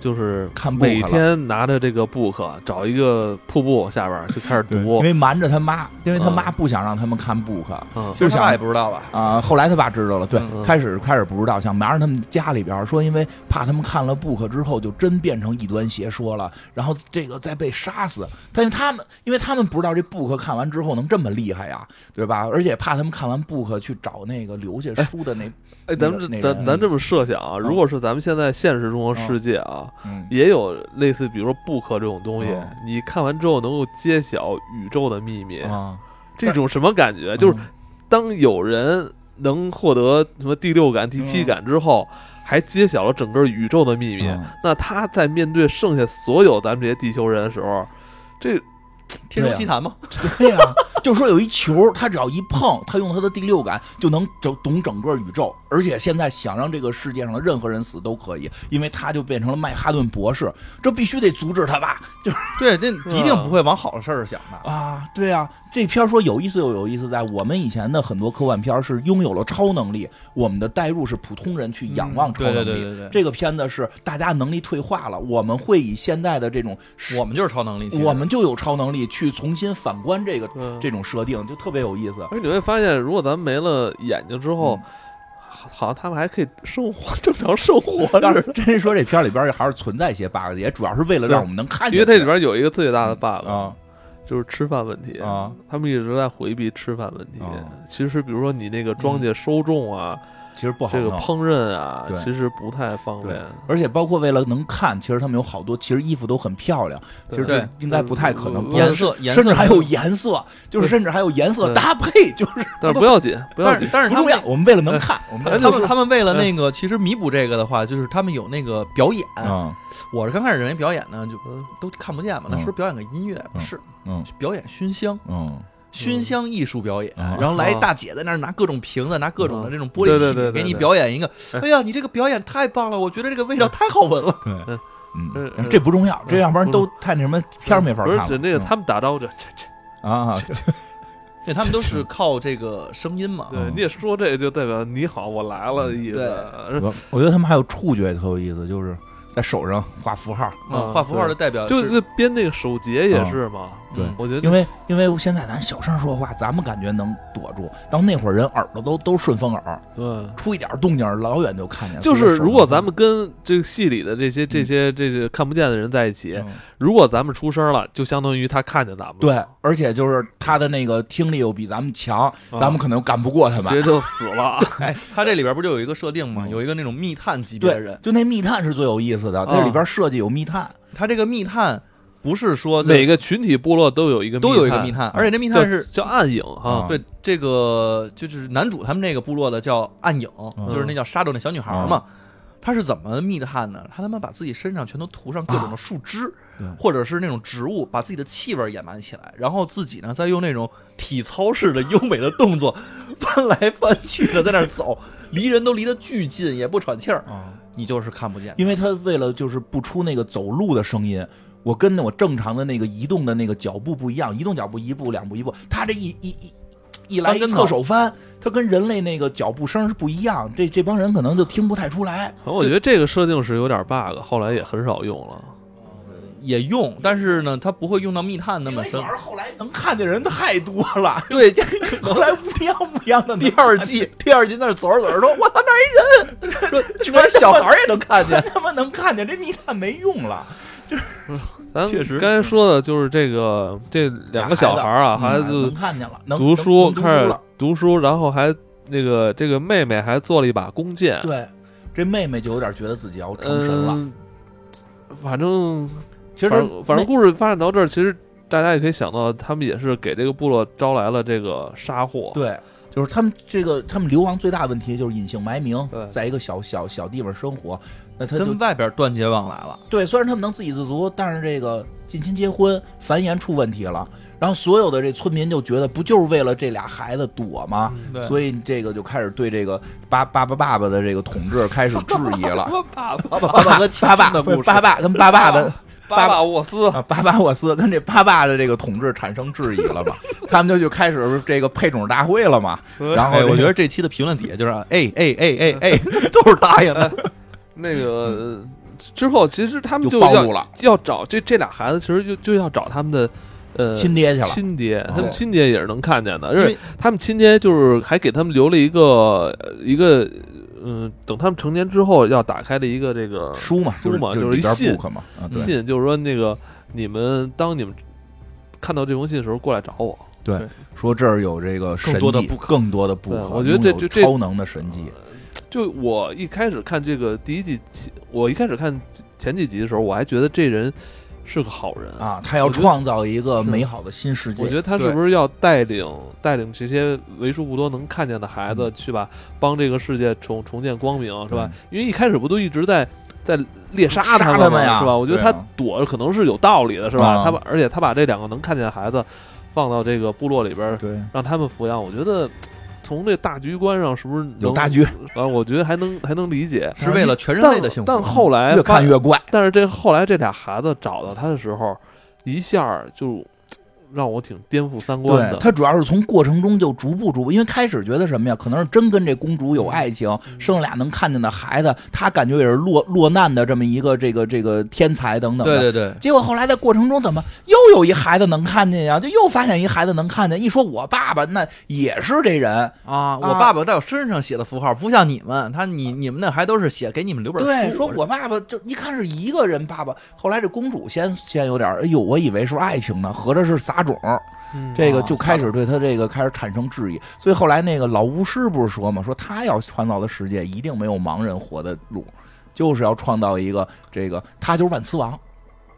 就是嗯看 book 每了天拿着这个 book，找一个瀑布下边儿就开始因读，为瞒着他妈，因为他妈嗯不想让他们看 book 啊、嗯，其实就他想爸也不知道吧？啊后来他爸知道了，对，嗯嗯开始开始不知道，想瞒着他们家里边说，因为怕他们看了 book 之后就真变成异端邪说了，然后这个再被杀死。但是他们，因为他们不知道这 book 看完之后能这么厉害呀，对吧？而且怕他们看完 book 去找那个留下书的那，哎，咱那们个咱人咱这么设想啊，如果是咱们现在现实中的世界啊，嗯，也有类似比如说 book 这种东西嗯，你看完之后能够揭晓宇宙的秘密，啊，这种什么感觉？就是嗯当有人能获得什么第六感、第七感之后，还揭晓了整个宇宙的秘密，嗯那他在面对剩下所有咱们这些地球人的时候，这天书奇谭嘛，对呀、 就是说有一球，他只要一碰，他用他的第六感就能就懂整个宇宙。而且现在想让这个世界上的任何人死都可以，因为他就变成了曼哈顿博士，这必须得阻止他吧？ 就是对，这一定不会往好的事儿想的。啊，对啊，这片儿说有意思又有意思在，我们以前的很多科幻片儿是拥有了超能力，我们的代入是普通人去仰望嗯超对能力。对对对对，这个片子是大家能力退化了，我们会以现在的这种这我们就是超能力。其实我们就有超能力去重新反观这个嗯这种设定，就特别有意思。而且你会发现，如果咱们没了眼睛之后，嗯好好像他们还可以生活 正常生活 似但的是。真说这片儿里边儿还是存在一些 bug，也主要是为了让我们能看见。因为它里边有一个最大的 bug，、啊就是吃饭问题啊，他们一直在回避吃饭问题。啊嗯其实，比如说你那个庄稼收种啊，其实不好这个弄。烹饪啊，对其实不太方对便。，而且包括为了能看，其实他们有好多，其实衣服都很漂亮，其实对这应该不太可能嗯。颜色颜色甚至还有颜色，就是甚至还有颜色对搭配，就是但是不要紧，不要但紧是，但是不他重们要。我们为了能看，我们为哎了他就们是他们为了那个其实弥补这个的话，就是他们有那个表演。嗯我是刚开始认为表演呢就呃嗯都看不见嘛，那嗯是不是表演个音乐？不是，嗯表演熏香，嗯熏香艺术表演。啊然后来一啊大姐在那儿拿各种瓶子，拿各种嗯的这种玻璃对对对器，对对给你表演一个。哎哎呀，你这个表演太棒了，我觉得这个味道太好闻了。对嗯，嗯嗯，但是这不重要，这要不然嗯都太那什么片儿没法不看是这了。那个嗯他们打招呼就这这，啊，对他们都是靠这个声音嘛。对嗯，你也说这个就代表你好，我来了的意思。对嗯我我觉得他们还有触觉也特有意思，就是在手上画符号。嗯，啊画符号对的代表就是那编那个手结也是嘛。对嗯 我觉得嗯因为因为现在咱小声说话，咱们感觉能躲住，到那会儿人耳朵都都顺风耳，对。出一点动静儿老远就看见了。就是如果咱们们跟这个戏里的这些这嗯些这些看不见的人在一起，如果咱们出声了，就相当于他看见咱们了，对，而且就是他的那个听力又比咱们强，咱们可能干不过嗯他直们。接就死了。哎他这里边不就有一个设定吗？嗯有一个那种密探级别的对人，，就那密探是最有意思的，啊这里边设计有密探，他这个密探不是说就是每个群体部落都有一个都有一个密密探，探，而且这密探是叫暗影哈啊。对这个就是男主他们那个部落的叫暗影，嗯就是那叫沙洲那小女孩嘛。他是怎么密探呢？他他妈把自己身上全都涂上各种的树枝，对或者是那种植物，把自己的气味掩埋起来，然后自己呢再用那种体操式的优美的动作翻来翻去的在那儿走，离人都离得巨近，也不喘气儿，你就是看不见。因为他为了就是不出那个走路的声音。我跟我正常的那个移动的那个脚步不一样，移动脚步一步两步一步，他这一一一一来翻一跟头侧手翻，他跟人类那个脚步声是不一样，这这帮人可能就听不太出来。反正我觉得这个设定是有点 bug，后来也很少用了。也用，但是呢，他不会用到密探那么深因。为后来能看见人太多了， 对， 后来乌泱乌泱的。第二季，第二季在那儿走着走着说：“我操，那儿一人！”说这边小孩儿也能看见。他妈能看见，这密探没用了。咱确实刚才说的就是这个这两个小孩儿啊，孩子嗯能看见了，能读书书开始了。读书，然后还那个这个妹妹还做了一把弓箭，对，这妹妹就有点觉得自己要成神了。嗯，反正其实反她正反正故事发展到这儿，其实大家也可以想到，他们也是给这个部落招来了这个杀祸。对，就是他们这个他们流亡最大问题就是隐姓埋名对，在一个小小小地方生活。那他就 跟外边断绝往来了，对，虽然他们能自给自足，但是这个近亲结婚繁衍出问题了。然后所有的这村民就觉得，不就是为了这俩孩子躲吗？嗯，对所以这个就开始对这个爸爸爸爸爸的这个统治开始质疑 了。爸爸爸爸爸 和亲巴生啊爸的故不事啊是，巴爸跟巴爸的巴巴沃斯，啊，巴巴沃斯跟这巴爸的这个统治产生质疑了嘛？他们就就开始这个配种大会了嘛？然后 哎，这个我觉得这期的评论底下就是啊哎哎哎 哎哎，都是答应的。那个之后，其实他们嗯就暴要露了要找这这俩孩子，其实就就要找他们的呃亲爹去了，哦亲爹，他对们亲爹也是能看见的，而为且他们亲爹就是还给他们留了一个呃一个，嗯、等他们成年之后要打开的一个这个书嘛，书嘛就就是里一边信 book 嘛，啊，对信，就是说那个你们当你们看到这封信的时候过来找我。对对，说这儿有这个神更多的迹，更多的不对可，我觉得这拥有这嗯这超能的神迹，就我一开始看这个第一季，前我一开始看前几集的时候，我还觉得这人是个好人。啊，他要我觉得创造一个是美好的新世界。我觉得他是不是要带领带领这些为数不多能看见的孩子嗯去吧，帮这个世界重重建光明，是吧？因为一开始不都一直在在猎杀杀们他吗们呀是吧？我觉得对啊他躲可能是有道理的，是吧？啊他把而且他把这两个能看见的孩子放到这个部落里边儿，对，让他们抚养，我觉得从这大局观上是不是能有大局，啊？我觉得还能还能理解。 是为了全人类但的幸福。但后来越发看越怪。但是这后来这俩孩子找到他的时候，一下儿就让我挺颠覆三观对的。他主要是从过程中就逐步逐步，因为开始觉得什么呀，可能是真跟这公嗯主有爱情，生了俩能看见的孩子，他感觉也是落落难的这么一个这个这个天才等等的。对对对，结果后来在过程中怎么又有一孩子能看见呀？就又发现一孩子能看见。一说我爸爸那也是这人，啊，我啊爸爸在我身上写的符号不像你们，他你你们那还都是写给你们留本书。对，说我爸爸就一看是一个人爸爸。后来这公主先先有点儿，哎呦，我以为是爱情呢，合着是撒种儿。嗯这个啊就开始对他这个开始产生质疑。所以后来那个老巫师不是说嘛，说他要创造的世界一定没有盲人活的路，就是要创造一个这个他就是万磁王，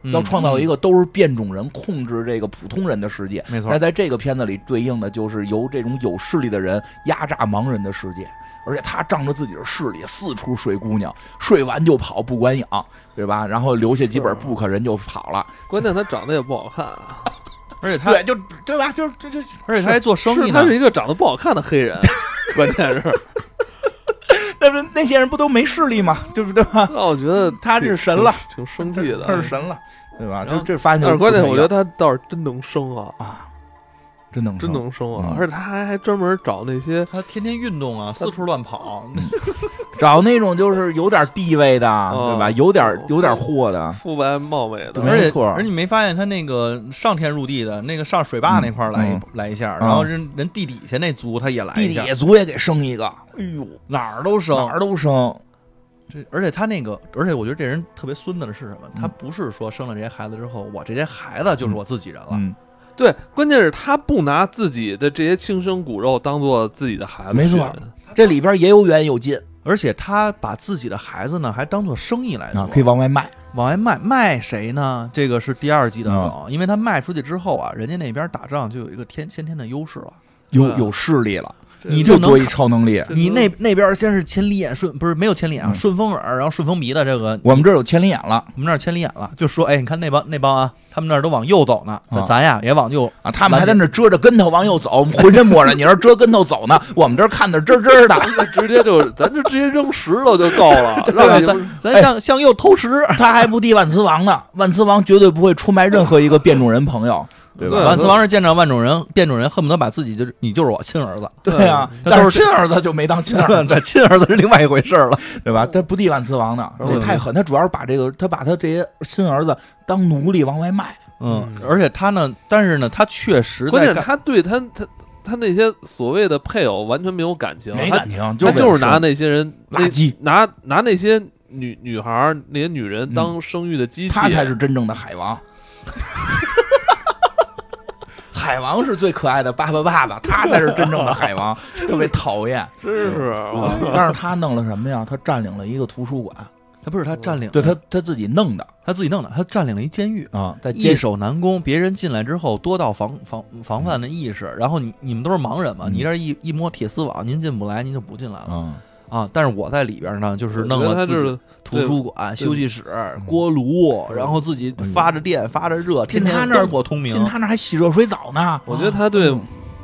嗯嗯要创造一个，个都是变种人控制这个普通人的世界。没错那，在这个片子里对应的就是由这种有势力的人压榨盲人的世界，而且他仗着自己的势力四处睡姑娘，睡完就跑不管养，对吧？然后留下几本是 book 人就跑了，关键他长得也不好看，啊嗯而且他，对，就对吧？就这这而且他还做生是意他呢，是一个长得不好看的黑 人，啊关键是，但是那些人不都没势力吗？对不对吧？那我觉得他是挺神了，挺挺生气他的是。神了，对吧？然这后这发现就但是不关键，太一我觉得样他倒是真能生啊，啊，真能真生能生啊嗯，而且他还还专门找那些他天天运动啊，四处乱跑，找那种就是有点地位的，对哦吧？有点有点货的，肤白貌美对的，而没且错而你没发现他那个上天入地的那个上水坝那块儿来一嗯来一下，嗯然后人人地底下那族他也来地一下，底族也给生一个，哎呦，哪儿都哪生。儿都生，这而且他那个，而且我觉得这人特别孙子的是什么？嗯他不是说生了这些孩子之后，我这些孩子就是我自己人了，嗯，对，关键是他不拿自己的这些亲生骨肉当做自己的孩子没选，错这里边也有远有近而且他把自己的孩子呢还当做生意来做，啊，可以往外卖，往外卖，卖谁呢？这个是第二季的梗，嗯因为他卖出去之后啊，人家那边打仗就有一个天先天的优势了。有对啊有势力了，这你个就就能多一看超能力。这你都那那边先是千里眼顺，不是没有千里眼啊，嗯顺风耳，然后顺风鼻的这个，我们这儿有千里眼了我们那儿千里眼了，就说哎，你看那帮那帮啊，他们那儿都往右走呢，咱、啊咱呀也往右，啊，他们还在那儿遮着跟头往右走， 浑身摸着，你要是遮跟头走呢，我们这儿看的真真 的。 那直接就，咱就直接扔石头就够 了，让吧？你们啊咱咱向、向右偷食，他还不敌万磁王呢，万磁王绝对不会出卖任何一个变种人朋友，对吧？对万磁王是见着万种人，变种人恨不得把自己就是你就是我亲儿子，对啊，对但是亲儿子就没当亲 儿子，这亲儿子是另外一回事儿了。 对吧？他不敌万磁王呢，嗯这太狠。他主要是把这个，他把他这些亲儿子当奴隶往外卖，嗯嗯，而且他呢，但是呢，他确实关在键干，他对他他他那些所谓的配偶完全没有感情，没他感情，他为了就是拿生那些人垃圾，那拿拿那些女女孩儿那些女人嗯当生育的机器，他才是真正的海王。海王是最可爱的巴巴爸爸，他才是真正的海王，特别讨厌。真是啊哇但是他弄了什么呀？他占领了一个图书馆，他不是他占领，对他他自己弄的他自己弄的，他占领了一监狱。啊，在易监守难攻，别人进来之后多到防防防范的意识，然后你你们都是盲人嘛，嗯你这一一摸铁丝网，您进不来，您就不进来了啊，啊。但是我在里边呢，就是弄我觉得了他就自己是图书馆、对休息室、锅炉，然后自己哎呦发着电、发着热，天进他天那儿灯火通明进。他那儿还洗热水澡呢，我觉得他对嗯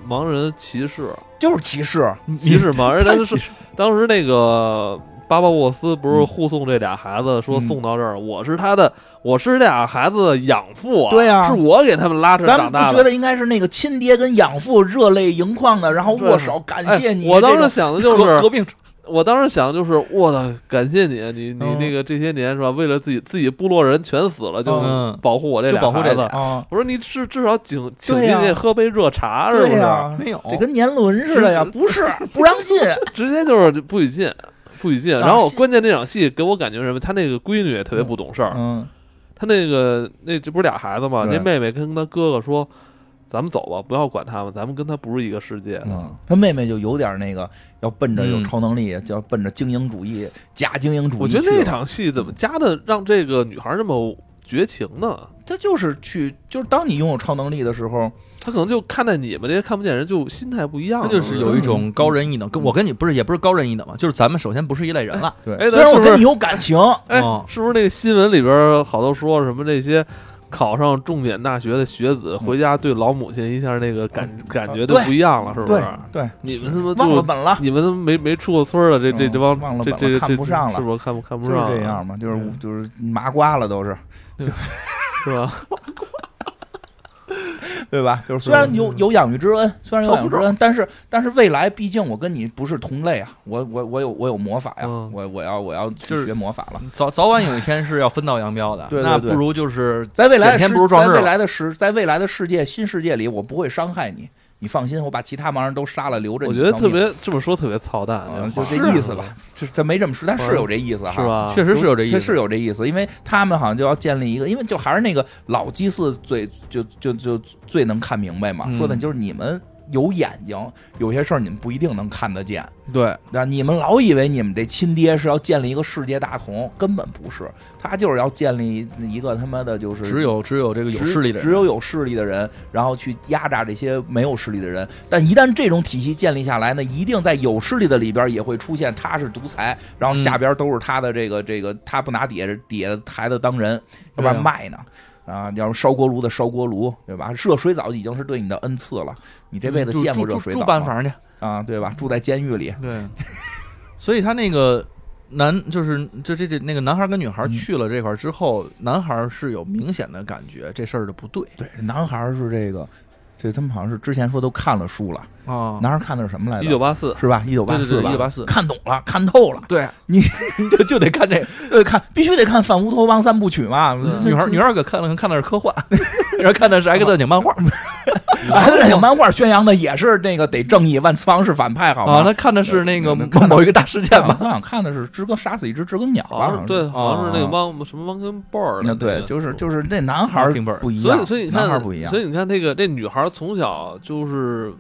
盲人歧 视就是歧视。歧视盲人，太但是是当时那个。巴巴沃斯不是护送这俩孩子，说嗯送到这儿，我是他的，我是这俩孩子的养父啊，对啊是我给他们拉扯咱们长不大的觉。得应该是那个亲爹跟养父热泪盈眶的，然后握手感哎谢你。我当这时种想的就革是革，命我当时想的就是，我的感谢你，你你嗯那个这些年是吧，为了自己自己部落人全死了，就嗯保护我这就俩保护孩这子俩啊，我说你至至少请请对进呀去喝杯热茶是不对是？呀，没有这跟年轮似的呀，是不是不让 进，直接就是不许进，不许进。啊然后是关键那场戏给我感觉是什么？他那个闺女也特别不懂事儿，嗯，他那个那这不是俩孩子嘛？对那妹妹跟他哥哥说：“咱们走吧，不要管他们，咱们跟他不是一个世界。嗯，他妹妹就有点那个，要奔着有嗯超能力，就要奔着精英主义、假精英主义。我觉得那，场戏怎么加的让这个女孩那么绝情呢？他就是去，就是当你拥有超能力的时候，她可能就看待你们这些看不见人就心态不一样他了，就是有一种高人一等，跟嗯我跟你不是也不是高人一等嘛，就是咱们首先不是一类人了。对哎，虽然咱是我不是跟你有感情，哎嗯哦，是不是那个新闻里边好多说什么那些考上重点大学的学子回家对老母亲一下那个感感觉就不一样了，是不嗯对是？对，你们他妈忘了就本了。你们他妈没没出过村儿的这这嗯这帮忘了这本这了这看不上了是不是看不看不就是上？这样，嘛，就是对就是麻瓜了，都是是吧？对吧？就是虽然有有养育之恩，虽然有养育之恩，但是但是未来毕竟我跟你不是同类啊，我我我有我有魔法呀，嗯我我要我要就是去学魔法了。嗯早早晚有一天是要分道扬 镳的，对对那对不如就是在未来的捡世天不如撞在日未了来的世，在未来的世界新世界里，我不会伤害你，你放心，我把其他盲人都杀了，留着我你觉得这条特命。别这么说特别操蛋，嗯，这就话这意思啊吧，就是他没这么说，但是有这意思哈，是吧？确实是有这意他思，是有这意思，因为他们好像就要建立一个，因为就还是那个老祭祀最就就就最能看明白嘛，嗯说的就是你们有眼睛，有些事儿你们不一定能看得见，对，对吧？你们老以为你们这亲爹是要建立一个世界大同，根本不是，他就是要建立一个他妈的就是只有只有这个有势力的只，只人，有有势力的人，然后去压榨这些没有势力的人。但一旦这种体系建立下来呢，一定在有势力的里边也会出现他是独裁，然后下边都是他的这个这个，他不拿底下底下的孩子当人，要不然对啊卖呢。啊，要是烧锅炉的烧锅炉，对吧？热水澡已经是对你的恩赐了，你这辈嗯子就见过住热住水住澡吗办房去，啊，对吧？住在监狱里， 对，所以他那个男就是这这这那个男孩跟女孩嗯去了这块儿之后，男孩是有明显的感觉这事儿的不对对，男孩是这个，这他们好像是之前说都看了书了，啊，男孩看的是什么来一九着？八四，是嗯吧？一九八四对对对吧， 1984看懂了，看透了。对你 就就得看这个呃，看必须得看《反乌托邦三部曲》嘛。嗯这嗯女孩女，孩可看了看的是科 幻，然后看的是 X 战警漫画这嗯哎，那个漫画宣扬的也是那个得正义，万磁王是反派，哦好啊，吗？她看的是那个能看到某一个大事件我吧，想看的是知更杀死一只知更鸟好吧像？是哦对，好像是那个啊汪什么汪根豹儿那的，对，就是就是那男孩儿 Mockingbird 不一所样，以所以你男孩儿看，不一样所。以你看那个那女孩从小就是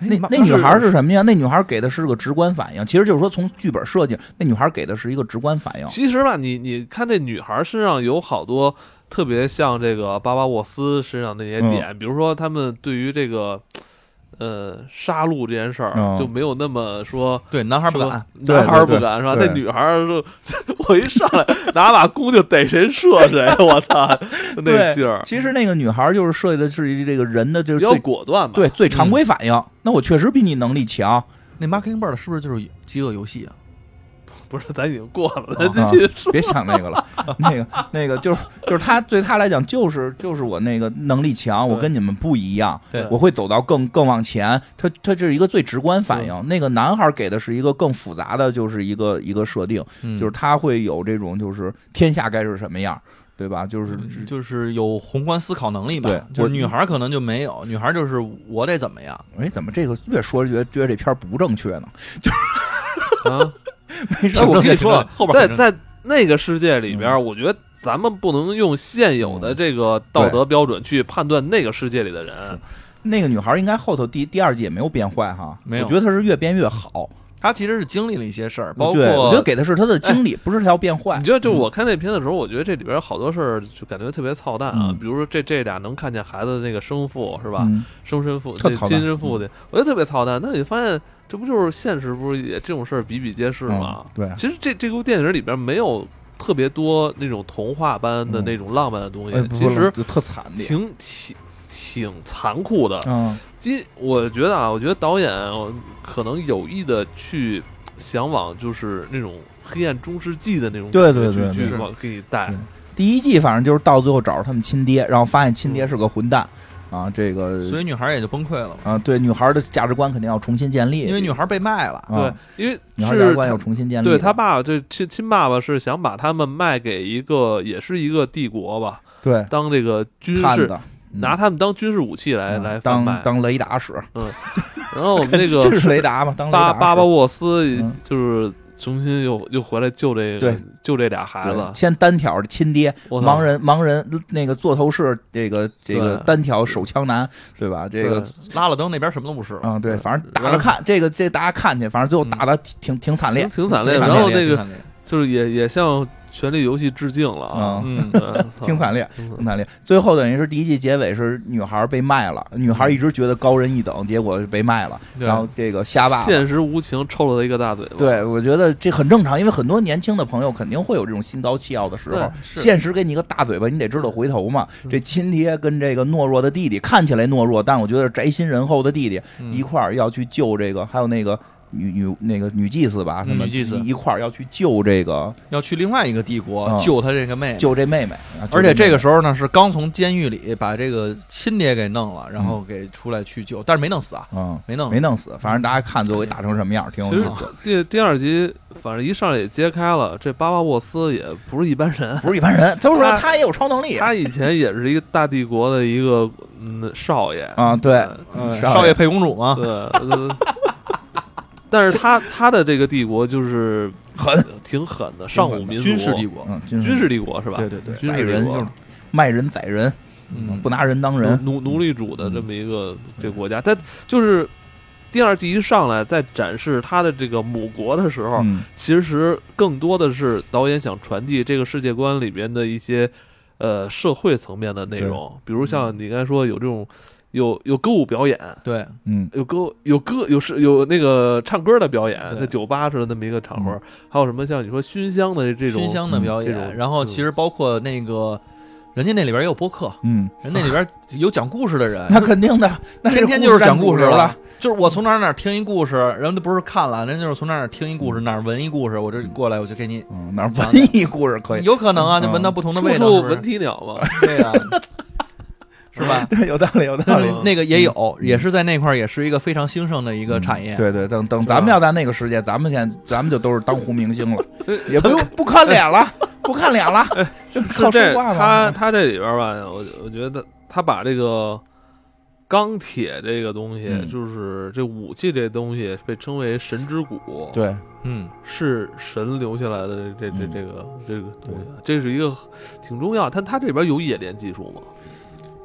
那哎那女孩儿是什么呀？那女孩儿给的是个直观反应，其实就是说从剧本设计，那女孩儿给的是一个直观反应。其实吧，你你看这女孩身上有好多特别像这个巴巴沃斯身上那些嗯点，比如说他们对于这个呃杀戮这件事儿、嗯就没有那么说。对男孩不说敢，对男孩儿不对敢是吧？对那女孩儿说：“ 我一上来拿把弓就逮谁射谁，我 操，那对劲儿其实那个女孩儿就是设计的是这个人的就比是较嗯最果断吧？对最常规反应。那我确实比你能力强，那 Mockingbird 是不是就是饥饿游戏啊？不是咱已经过了，啊咱继续说。 别想那个了，那个那个就是就是他对他来讲就是就是我那个能力强，我跟你们不一样，对我会走到更更往前。他他这是一个最直观反应。那个男孩给的是一个更复杂的，就是一个一个设定，嗯就是他会有这种就是天下该是什么样，对吧？就是嗯就是有宏观思考能力吧对，就我是女孩可能就没有，女孩就是我得怎么样，哎，怎么这个越说越觉得这片儿不正确呢？ 啊，没事哎，我跟你挺热 说闹后边，在很在热那个世界里边嗯儿，我觉得咱们不能用现有的这个道德标准去判断那个世界里的人。那个女孩应该后头第第二季也没有变坏哈，没有我觉得她是越变越好。她其实是经历了一些事儿，包括对我觉得给的是她的经历，不是她要变坏哎你。觉得，就我看这片的时候，我觉得这里边儿好多事儿就感觉特别操蛋啊嗯，比如说这这俩能看见孩子的那个生父是吧？嗯生身父特这操蛋嗯亲生父亲，我觉得特别操蛋。那你发现这不就是现实不是也这种事儿比比皆是吗嗯？对其实这这部电影里边没有特别多那种童话般的嗯那种浪漫的东哎西，不其是实就特惨烈。挺挺挺残酷的。嗯今我觉得啊，我觉得导演呃可能有意的去想往就是那种黑暗中世纪的那种对感觉对对嗯去去对往给你带对，第一季反正就是到最后找着他们亲爹，然后发现亲爹是个混蛋啊，这个所以女孩也就崩溃了嘛，啊，对女孩的价值观肯定要重新建立，因为女孩被卖了，啊对，因为女孩价值是观要重新建立，对他爸这亲亲爸爸是想把他们卖给一个也是一个帝国吧，对当这个军看事的拿他们当军事武器来嗯来贩当卖，当雷达使，然后 那个这是雷达嘛，当雷巴达巴巴使沃斯嗯就是重新又又回来救这个对救这俩孩子对，，先单挑亲爹，我操盲人盲人那个座头市，这个这个对单挑手枪男，对吧？这个对拉了灯那边什么都不是了，啊，对，反正打然着后看，这个这大家看去，反正最后嗯打的挺挺惨烈挺，挺惨烈挺的。惨然烈后的那挺个惨烈就是也也向《权力游戏》致敬了啊，嗯对 操嗯挺惨烈。挺惨很惨烈。最后等于是第一季结尾是女孩被卖了，女孩一直觉得高人一等，结果被卖了，嗯对然后这个瞎霸嗯了。现实无情抽了他一个大嘴巴。对，我觉得这很正常，因为很多年轻的朋友肯定会有这种心高气傲的时候对。是嗯现实给你一个大嘴巴，你得知道回头嘛。是这亲爹跟这个懦弱的弟弟，看起来懦弱，但我觉得是宅心仁厚的弟弟嗯一块儿要去救这个，还有那个女女那个女祭司吧，嗯他们女祭司一块儿要去救这个要去另外一个帝国啊救他这个妹妹，救这妹妹。啊而且这个救时候呢是刚从监狱里把这个亲爹给弄了，然后给出来去救，但是没弄死啊，没妹妹嗯弄死没弄死，反正大家看最后给打成什么样，挺有其意实思的。第第二集，反正一上来也揭开了，这巴巴沃斯也不是一般人，不是一般人。就是说他 他也有超能力，他以前也是一个大帝国的一个嗯少爷啊对嗯嗯呃少爷配公主吗？对，呃但是他他的这个帝国就是狠，挺狠的，上狠古的民族军事帝国，嗯，军事帝国是吧？对对对，军宰事帝人国就是卖人宰人，嗯，不拿人当人，奴奴奴隶主的这么一个这个国家，但就是第二季一上来在展示他的这个母国的时候，嗯其实更多的是导演想传递这个世界观里边的一些呃社会层面的内容，比如像你刚才说有这种有有歌舞表演，对，嗯有歌有歌有是有那个唱歌的表演，对在酒吧似的那么一个场嗯合，还有什么像你说熏香的这种熏香的表嗯这种演，然后其实包括那个，人家那里边也有播客，嗯，人那里边有讲故事的人，那肯定的，那哎天天就是讲故故事了，。就是我从哪儿哪儿听一故事，人家不是看了，人家就是从哪儿哪儿听一故事，哪儿闻一故事，我这过来我就给你，嗯，哪儿文艺故事可以，有可能啊，嗯就闻到不同的味处道，处是不闻是？啼鸟嘛， 对啊，是吧？对，有道理，有道那理。嗯那个也有，也是在那块儿，也是一个非常兴盛的一个产业。嗯对对，等等，是吧咱们要在那个世界，咱们现在咱们就都是当红明星了，也不咱用不看脸了，不看脸了，哎 就是是靠这说话他嘛。他这里边儿吧，我我觉得他把这个钢铁这个东西，嗯就是这武器这东西被称为神之骨，，对，嗯，是神留下来的这这这嗯这个、这个东西啊，这是一个挺重要。但他这里边有冶炼技术吗？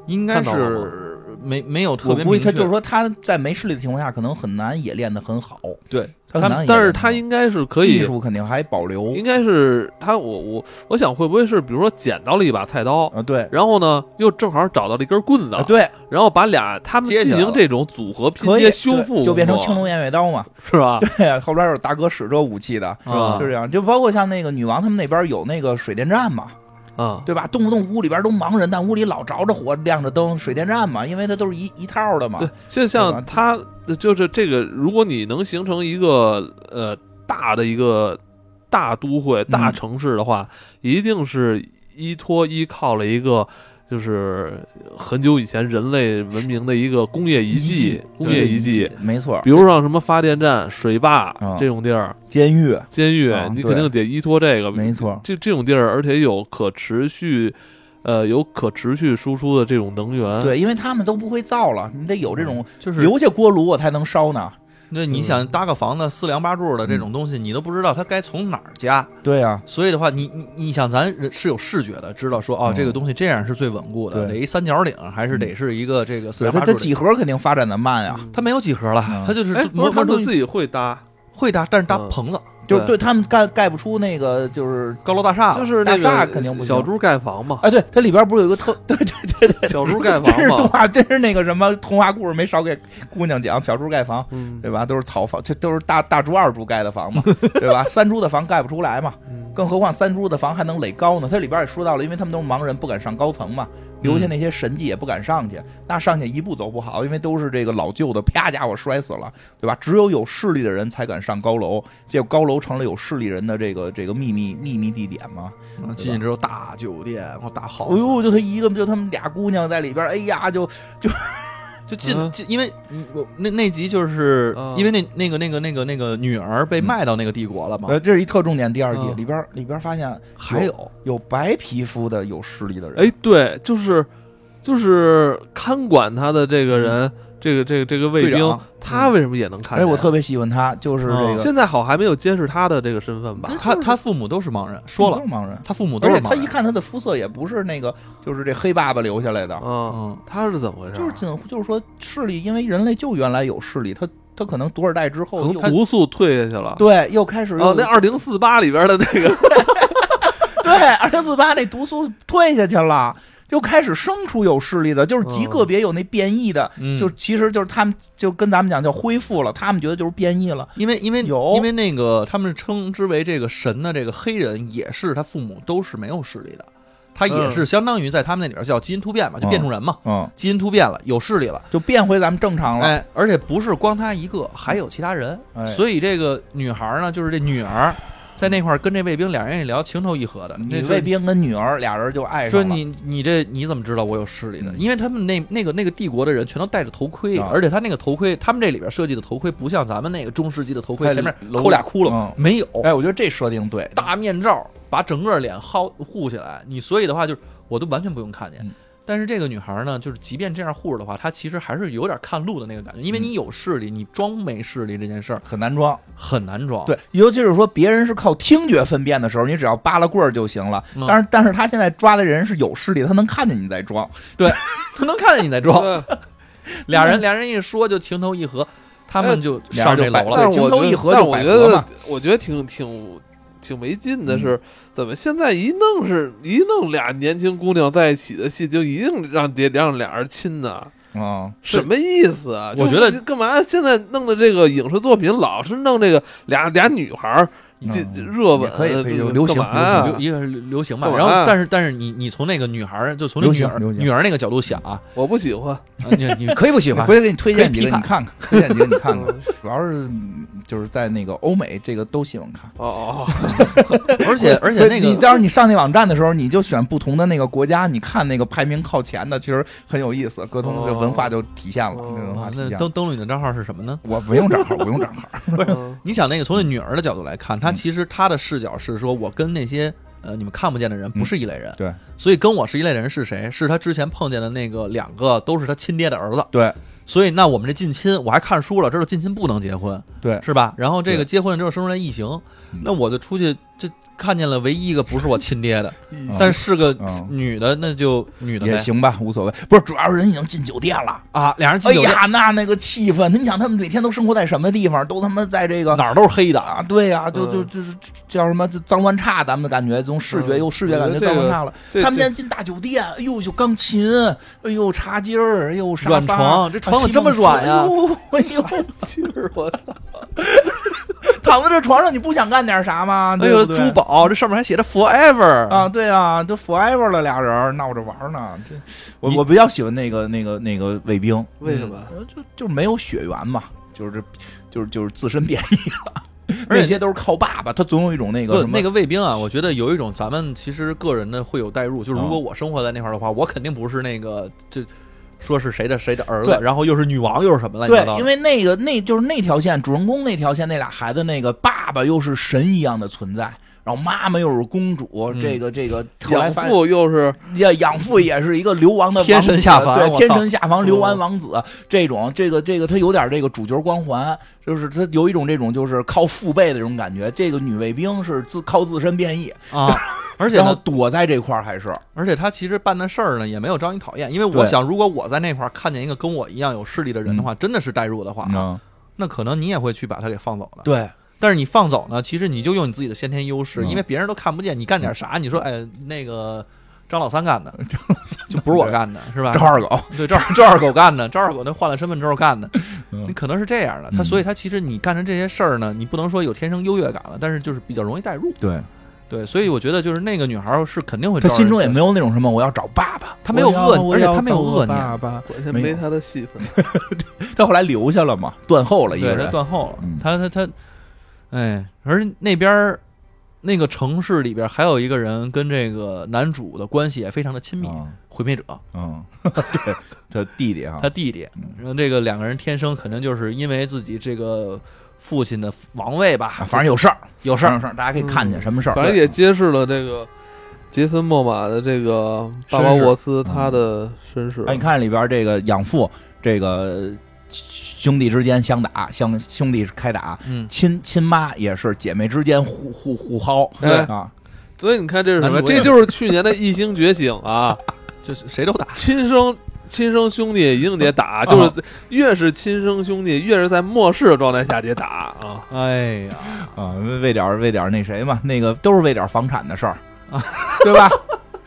应该看到了是没没有特我别估明计确，他就是说他在没势力的情况下，可能很难也练得很好，对，他很难也练得但很好。是他应该是可以技，术肯定还保留应该是他我我我想会不会是比如说捡到了一把菜刀，啊，对然后呢又正好找到了一根棍子，啊，对，然后把俩他们接进起来行了这种组合拼可以接修对复，就变成青龙偃月刀嘛。是吧？对，后边有大哥使这武器的，是吧啊就这样。就包括像那个女王他们那边有那个水电站嘛，啊，对吧？动不动屋里边都盲人，但屋里老着着火，亮着灯，水电站嘛，因为它都是一一套的嘛。对，就吧像它就是这个，如果你能形成一个呃大的一个大都会、嗯大城市的话，一定是依托依靠了一个。就是很久以前人类文明的一个工业遗遗迹迹，工业遗迹，没错，比如像什么发电站、水坝啊这种地儿，监狱监狱啊，你对肯定得依托这个，没错这这种地儿，而且有可持续，呃，有可持续输出的这种能源，对，因为他们都不会造了，你得有这种就是留下锅炉我才能烧呢。那你嗯想搭个房子四梁八柱的这嗯种东西，你都不知道它该从哪儿加，对啊，所以的话，你你你想，咱人是有视觉的，知道说哦嗯，这个东西这样是最稳固的，对嗯得一三角岭，还是得是一个这个四对梁它八柱它的。几何肯定发展的慢啊呀，嗯它没有几何了嗯，它就是哎，不磨是他磨们成自己会搭，会搭，但是搭嗯棚子、就是对他们盖盖不出那个就是。高楼大厦就了，是那大厦个啊肯定不行小猪盖房嘛，哎，对，它里边不是有一个特对对对对，小猪盖 真房是动嘛，画，真是那个什么童话故事没少给姑娘讲，小猪盖房，嗯，对吧？都是草房，这都是大大猪、二猪盖的房嘛，对吧？三猪的房盖不出来嘛，嗯更何况三猪的房还能垒高呢？它里边也说到了，因为他们都是盲人，不敢上高层嘛，留下那些神迹也不敢上去，那上去一步走不好，因为都是这个老旧的，啪家伙摔死了，对吧？只有有势力的人才敢上高楼，结果高楼成了有势力人的这个这个秘密秘密地点嘛。嗯进去之后大酒店，然后大哎 house，、呦，就他一个，就他们俩姑娘在里边，哎呀，就就进、嗯进，因为嗯我那那集就是、嗯因为那那个那个那个那个女儿被卖到那个帝国了嘛，呃，这是一特重点，第二季嗯里边里边发现还有有白皮肤的有势力的人，哎，对，就是就是看管他的这个嗯人，这个这个这个卫队兵长，他为什么也能看哎，见？我特别喜欢他，就是这个嗯现在好还没有揭示他的这个身份吧？他他父母都是盲人，说了都，是盲人，他父母都嗯而是且盲人，他一看他的肤色也不是那个，就是这黑爸爸留下来的，嗯，嗯，他是怎么回事？啊就是仅就是说势力，因为人类就原来有势力，他他可能多少代之可后能又毒素退下去了。对又开始哦又，那二零四八里边的那个，对二零四八那毒素退下去了。就开始生出有势力的，就是极个别有那变异的，嗯就其实就是他们就跟咱们讲叫恢复了，他们觉得就是变异了，因为因为有因为那个他们称之为这个神的这个黑人也是他父母都是没有视力的，他也嗯是相当于在他们那里边叫基因突变嘛，就变种人嘛，嗯，基因突变了，有视力了。就变回咱们正常了。哎，而且不是光他一个，还有其他人，哎所以这个女孩呢，就是这女儿，在那块儿跟这卫兵俩人一聊，情投意合的。那女说卫兵跟女儿俩人就爱上说了，你你这你怎么知道我有视力的？嗯因为他们那那个那个帝国的人全都戴着头盔，啊而且他那个头盔，他们这里边设计的头盔不像咱们那个中世纪的头盔，太前面楼抠俩窟窿，嗯没有，哎，我觉得这设定对，大面罩把整个脸薅护起来，你所以的话就是我都完全不用看见嗯。但是这个女孩呢，就是即便这样护着的话，她其实还是有点看路的那个感觉，嗯因为你有视力，你装没视力这件事儿很难装。很难装。对，尤其是说别人是靠听觉分辨的时候，你只要扒拉棍儿就行了。嗯但是，但是他现在抓的人是有视力，他能看见你在装。她能看见你 在装。俩人俩人一说就情投意合，他们就哎俩上这人就摆楼了。对但是我情投觉得意合但就百我觉合嘛嗯得，我觉得挺挺挺没劲的是，怎么现在一弄是一弄俩年轻姑娘在一起的戏，就一定让得让俩人亲呢？啊嗯，什么意思啊？我就觉得是干嘛现在弄的这个影视作品老是弄这个俩俩女孩儿这嗯这热吻，呃也可以可以这个流行干嘛流行啊流？一个是流行吧，干嘛然后但是但是你你从那个女孩儿就从那流女行儿流行女儿那个角度想 啊，我不喜欢。啊你你可以不喜我欢，回头给你推荐几可个，以批判你看看，推荐几个你看看。嗯主要是嗯就是在那个欧美，这个都喜欢看。哦哦，而且而且对那你个到时候你上那网站的时候，你就选不同的那个国家，你看那个排名靠前的，其实很有意思，各种哦这文化就体现了，哦这文化啊体那现了。登登录你的账号是什么呢？我不用账号，我 不用账号。 不是，你想那个从那女儿的角度来看，她嗯其实她的视角是说，我跟那些呃你们看不见的嗯人不是一类人，对，所以跟我是一类的人是谁？是她之前碰见的那个两个都是她亲爹的儿子，对所以那我们这近亲，我还看书了，知道近亲不能结婚，对，是吧？然后这个对结婚了之后生出来异形嗯，那我就出去这看见了唯一一个不是我亲爹的，嗯但是个嗯女的，那就女的也呗行吧，无所谓。不是，主要是人已经进酒店了。啊，俩人哎进酒店呀，那那个气氛，你想他们每天都生活在什么地方？都他妈在这个哪儿都是黑的，啊，对呀、就就嗯就是叫什么就脏乱差，咱们感觉从视觉嗯有视觉感我觉觉得这脏个乱差了。这他们这现在进大酒店，哎呦，有钢琴，哎呦，茶几儿，哎呦，沙发软床这啊床怎么西这么蒙斯软呀哎呦，哎呦气儿我 操！躺在这床上，你不想干点啥吗？哎对呦不对珠宝，这上面还写着 forever 啊，，对啊，都 forever 了，俩人儿闹着玩儿呢。这我你我比较喜欢那个那个那个卫兵，为什么？呃就就是没有血缘嘛，就是这就是就是自身变异了，而且那些都是靠爸爸，他总有一种那个不什，么那个卫兵啊，我觉得有一种咱们其实个人的会有代入，就是如嗯果我生活在那块儿的话，我肯定不是那个这说是谁的谁的儿子，对然后又是女王又是什么了，你知对道，吗因为那个那就是那条线，主人公那条线，那俩孩子那个爸爸又是神一样的存在，然后妈妈又是公主，嗯这个这个后来养发父又是也养父也是一个流亡的王天神下子凡我对，操嗯天神下凡流亡王子这种，这个这个他有点这个主角光环，就是他有一种这种就是靠父辈的这种感觉。这个女卫兵是自靠自身变异，啊，而且然后呢，躲在这块儿还是而且他其实办的事儿呢也没有招你讨厌，因为我对想，如果我在那块儿看见一个跟我一样有势力的人的话，真的是代入的话，嗯，那可能你也会去把他给放走了。对，但是你放走呢，其实你就用你自己的先天优势，嗯因为别人都看不见你干点啥。你说，哎，那个张老三干的，就不是我干的，是吧？赵二狗， 对，赵赵二狗干的，赵 二狗那换了身份之后干的，嗯你可能是这样的。他嗯所以他其实你干成这些事儿呢，你不能说有天生优越感了，但是就是比较容易代入。对对，所以我觉得就是那个女孩儿是肯定会他招人喜欢，心中也没有那种什么我要找爸爸，他没有我要恶念我而且要他没有找我恶念爸爸关键没没有他的戏份。他后来留下了嘛，断后了一个对，人他，断后了，嗯他他他，哎，而那边儿那个城市里边儿还有一个人跟这个男主的关系也非常的亲密，嗯毁灭者嗯， 对，他弟弟啊他，弟弟嗯，然后这个两个人天生肯定就是因为自己这个父亲的王位吧，啊反正有事儿，有事反正儿，有事儿，大家可以看见什么事儿，反正也揭示了这个杰森·莫玛的这个身世巴巴沃斯嗯他的嗯身世。哎，你看里边这个养父，这个兄弟之间相打，相兄弟开打，嗯，亲亲妈也是姐妹之间互互互薅，哎对啊，所以你看这是什么？男主也这就是去年的《异星觉醒》 啊，就是谁都打。亲生。亲生兄弟一定得打，啊就是越是亲生兄弟，越是在末世的状态下得打啊！哎 呀，啊，为为点儿为点儿那谁嘛，那个都是为点儿房产的事儿，啊对吧？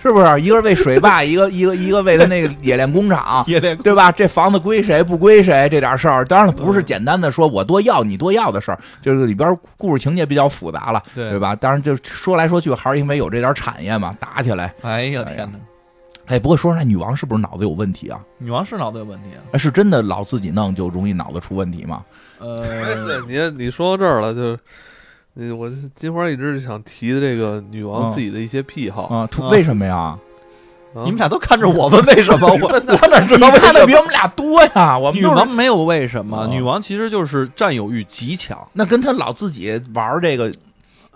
是不是？一个是为水坝，一个一个一个为了那个冶炼工厂，也得对吧？这房子归谁不归谁这点事儿，当然了，不是简单的说我多要你多要的事儿，就是里边故事情节比较复杂了，对对？吧？当然，就是说来说去还是因为有这点产业嘛，打起来。哎呀哎呀天哪，哎，不过说出来，女王是不是脑子有问题啊？女王是脑子有问题啊。哎是真的老自己弄就容易脑子出问题吗？哎，对呃，你你说到这儿了，就是，你我金花一直想提的这个女王嗯自己的一些癖好，啊，突啊为什么呀？啊你们俩都看着我问为 什么，我我哪知你道为什看么的比我们俩多呀，我们女都王是没有为什么，哦女王其实就是占有欲极强，那跟他老自己玩这个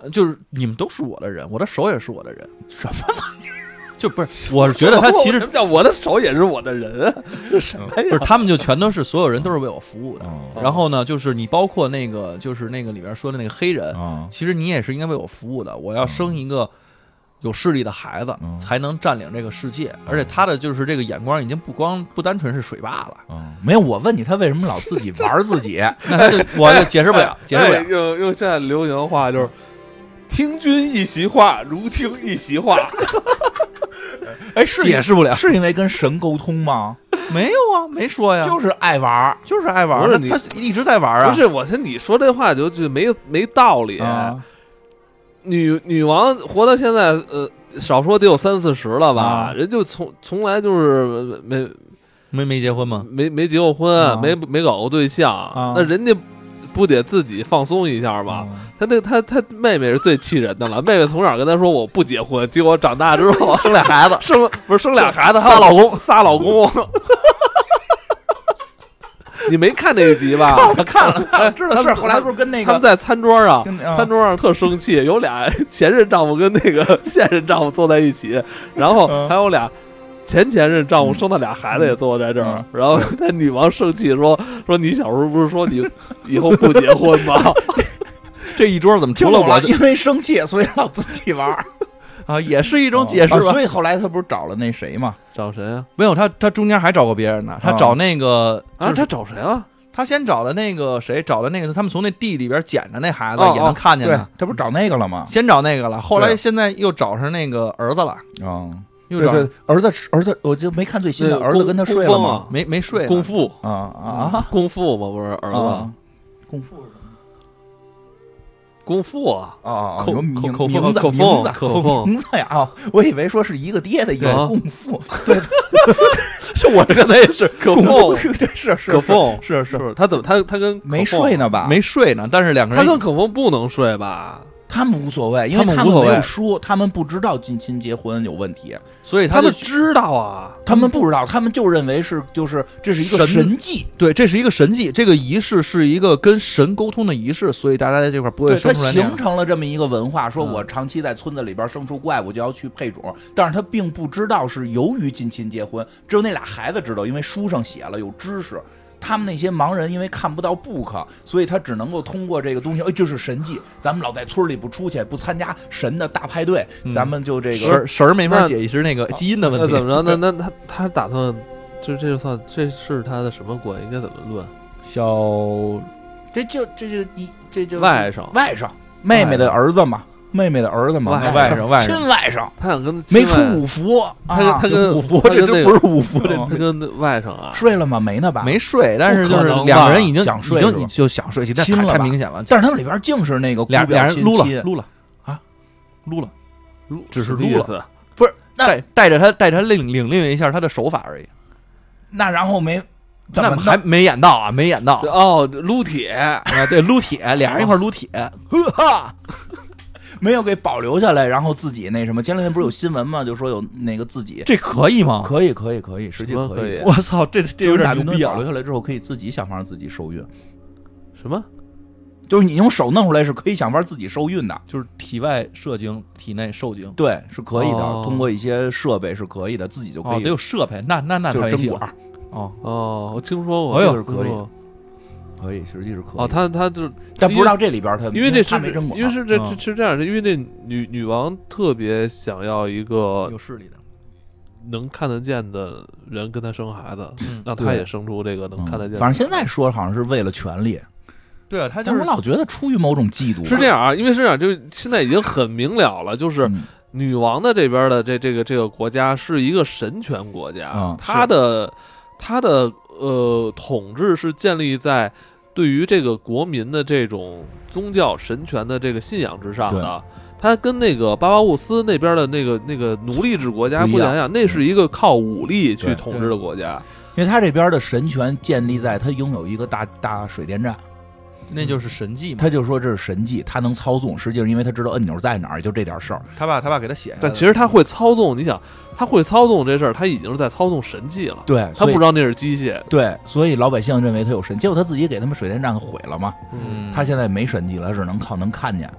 呃就是你们都是我的人，我的手也是我的人，什么玩意 就不是，我是觉得他其实嗯什么叫我的手也是我的人啊？这什么不是，呀？他们就全都是所有人都是为我服务的。啊然后呢，就是你包括那个，就是那个里边说的那个黑人，啊其实你也是应该为我服务的。我要生一个有势力的孩子嗯，才能占领这个世界。而且他的就是这个眼光已经不光不单纯是水坝 了，啊！没有，我问你，他为什么老自己玩自己？那他就我就解释不了，解释不哎了。用用现在流行的话就是“听君一席话，如听一席话 哎，是解释不了，是因为跟神沟通吗？没有啊，没说呀，就是爱玩儿就是爱玩不是儿，你那他一直在玩”。儿啊。不是，我说你说这话就就没没道理。啊女女王活到现在，呃，少说得有三四十了吧？啊人就从从来就是没没没结婚吗？没没结过婚，啊没没搞过对象，啊那人家不得自己放松一下吗？啊他那他他妹妹是最气人的了，妹妹从小跟他说我不结婚，结果长大之后，生俩孩子生了不是生俩孩子，还仨有老公，仨老公。你没看这一集吧？看了，看了知道他是。们后来不是跟那他们个在餐桌上跟，啊餐桌上特生气，有俩前任丈夫跟那个 现任丈夫坐在一起，然后嗯还有俩前前任丈夫生的俩孩子也坐在这儿嗯，然后那女王生气说说你小时候不是说你以后不结婚吗？ 这一桌怎么听除了懂我了，就因为生气，所以老自己玩儿。啊？也是一种解释啊吧。所以后来他不是找了那谁嘛？找谁啊？没有他，他中间还找过别人呢，他啊找那个啊，就是他找谁了？他先找的那个谁，找的那个他们从那地里边捡着那孩子哦也能看见对的，，他不是找那个了吗？先找那个了，后对来现在又找上那个儿子了，啊，又对找对，儿子儿子，我就没看最新的，那儿子功跟他功睡了夫吗？啊没没睡呢功夫啊啊，功夫嘛，不是儿子啊，功夫是什么？功夫 啊，啊啊，口有名口口名字口名风字口风，名字呀啊！我以为说是一个爹的一个对功夫，对，是我这个那是可功夫凤，是 对是是可凤是是是不是？他怎么他他跟没可凤睡？呢吧？，没睡呢，但是两个他人跟可凤不能睡吧？他们无所谓，因为他们他无们所没谓有说，他们不知道近亲结婚有问题，所以他就们知道啊，他们不知道，他们就认为是就是这是一个神神迹，对，这是一个神迹，这个仪式是一个跟神沟通的仪式，所以大家在这块不会对，生它出来那形样。成了这么一个文化，说嗯我长期在村子里边生出怪物就要去配种，但是他并不知道是由于近亲结婚，只有那俩孩子知道，因为书上写了有知识。他们那些盲人因为看不到 book，所以他只能够通过这个东西，哎，这是神迹。咱们老在村里不出去，不参加神的大派对，嗯咱们就这神个儿神儿没法那解释那个基因的那问怎么题， 着？那那他他打算，这这就算这是他的什么关系？应该怎么论？小这就这就你这就是外甥外甥妹妹的儿子嘛，妹妹的儿子嘛，外外甥外甥亲外甥，他想跟没亲出外五福啊，他跟他跟五福，他跟这那真个不是五福，这他跟那外甥啊， 睡了吗？没呢吧？没睡，但是就不可是能吧两个人已经想睡已是吧经就想睡，但亲了太吧太明显了，但是他们里边净是那个俩姑表俩人亲撸了亲撸了啊，撸了，撸啊只是什么撸意了思。不是带带着他带着他领领略一下他的手法而已，那然后没怎那么还弄没演到啊，没演到这哦，撸铁啊，对，撸铁，俩人一块儿撸铁，呵哈，没有给保留下来，然后自己那什么？前两天不是有新 闻吗？就说有那个自己这可以吗？可以可以可以，实际什么可以以。我操，这这有点就是牛把逼东西保啊留！下来之后，可以自己想法让自己受孕，什么？就是你用手弄出来是可以想法自己受孕的，就是体外射精，体内受精，对，是可以的。哦通过一些设备是可以的，自己就可哦，以，得有设备，那那那就是太针行管哦，哦，我听说过，哎呦就是可听以说可以，实际是过可哦，以。他他就是但不知道这里边他因为这他是没啊针管，因为是这嗯是是这样的，因为那女女王特别想要一个有势力的，能看得见的人跟她生孩子，嗯，让她对也生出这个能嗯看得见的。反正现在说好像是为了权利，对啊，他就但是我老觉得出于某种嫉妒吧，是这样啊，因为是这样，就是现在已经很明了了，就是嗯女王的这边的这这个这个国家是一个神权国家，啊它的它的呃统治是建立在对于这个国民的这种宗教神权的这个信仰之上的。它跟那个巴巴乌斯那边的那个那个奴隶制国家不一不样嗯一样，那是一个靠武力去对统治的国家。因为他这边的神权建立在他拥有一个大大水电嗯站，那就是神迹嘛，他就说这是神迹，他能操纵，实际上因为他知道按钮在哪儿，也就这点事儿。他爸他爸给他写下来的，但其实他会操纵，你想，他会操纵这事儿，他已经是在操纵神迹了。对，他不知道。道那是机械，对，所以老百姓认为他有神，结果他自己给他们水电站给毁了嘛。嗯嗯，他现在没神迹了，只能靠能看见。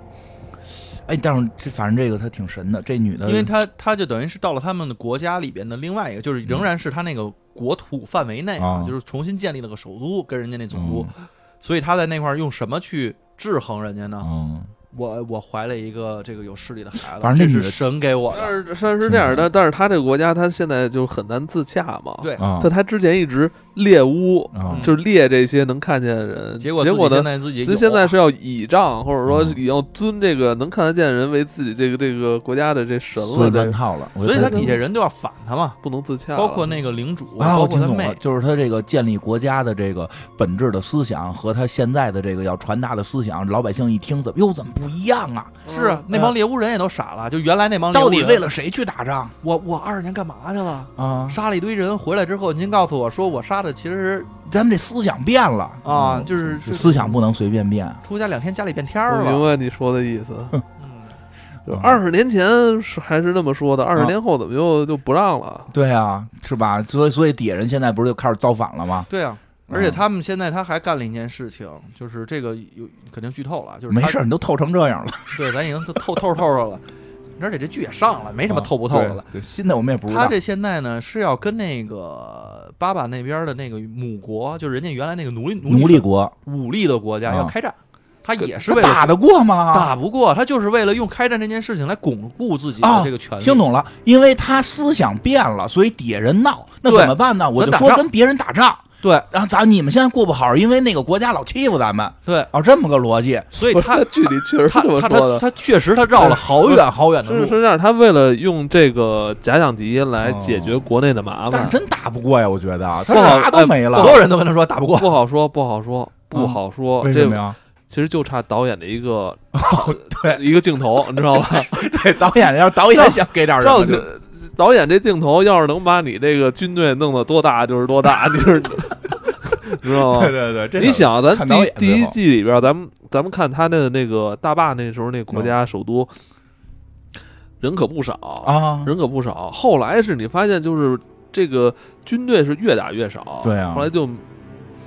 哎，但是这反正这个她挺神的，这女的，因为他他就等于是到了他们的国家里边的另外一个，就是仍然是他那个国土范围内啊就是重新建立了个首都跟人家那总督，嗯所以他在那块儿用什么去制衡人家呢？嗯，我我怀了一个这个有势力的孩子，反正这那女是的神给我但的，是但是这样的，但是他这个国家他现在就很难自洽嘛。，对，嗯啊但他嗯之前一直猎巫，啊就是猎这些能看见的人，结结果自己果现呢？在自己有咱啊现在是要倚仗，或者说嗯以要尊这个能看得见的人为自己这个这个国家的这神所了，以这乱个套了，我所以觉他得底下人都要反他嘛，不能自洽了。包括那个领主，啊，包我括听他懂妹了，，就是他这个建立国家的这个本质的思想和他现在的这个要传达的思想，老百姓一听怎么哟怎么不一样啊？是啊嗯那帮猎巫人也都傻了，就原来那帮猎到巫底人为了谁去打仗我我二十年干嘛去了？啊？杀了一堆人，回来之后，您告诉我说我杀的其实咱们这思想变了啊，嗯就是这思想不能随便变。出家两天，家里变天我儿明了。白你说的意 思。嗯嗯二十年前是还是那么说的，二十年后怎么又就不让了？对啊，是吧？所以所以底下人现在不是就开始造反了吗？对啊，嗯而且他们现在他还干了一件事情，就是这个有肯定剧透了，就是他没事，儿，你都透成这样了，对，咱已经都透透透透了。而且这剧也上了，没什么透不透的了。啊对对新的我们也不知道。他这现在呢是要跟那个巴巴那边的那个母国，就是人家原来那个奴隶奴隶国武力的国家啊要开战，他也是他为了打得过吗？啊打不过，他就是为了用开战这件事情来巩固自己啊的这个权利。听懂了，因为他思想变了，所以底下人闹，那对怎么办呢？我咱就打说仗跟别人打仗，对然后咱你们现在过不好，因为那个国家老欺负咱们，对，哦，这么个逻辑，所以不是 他他剧里确实他是这么他说他的。他确实他绕了好远好远的是路是，这样，他为了用这个假想敌来解决国内的麻哦但烦是，真打不过呀，我觉得啊他不好啥都没所了，有人都跟他说打不过。不好说，不好说，不好说。嗯为什这么呀？哦其实就差导演的一个对 一个镜 头，你知道吧？对，导演要是导演想给点什照么镜就，导演这镜头要是能把你这个军队弄得多大就是多大，就是 知道吗对？对对，这你哦想，咱看第导一演第最一后季里边，咱们咱们看他的那个大坝那时候那嗯国家首都，人可不少啊，人可不少。后来是你发现，就是这个军队是越打越少，对啊后来就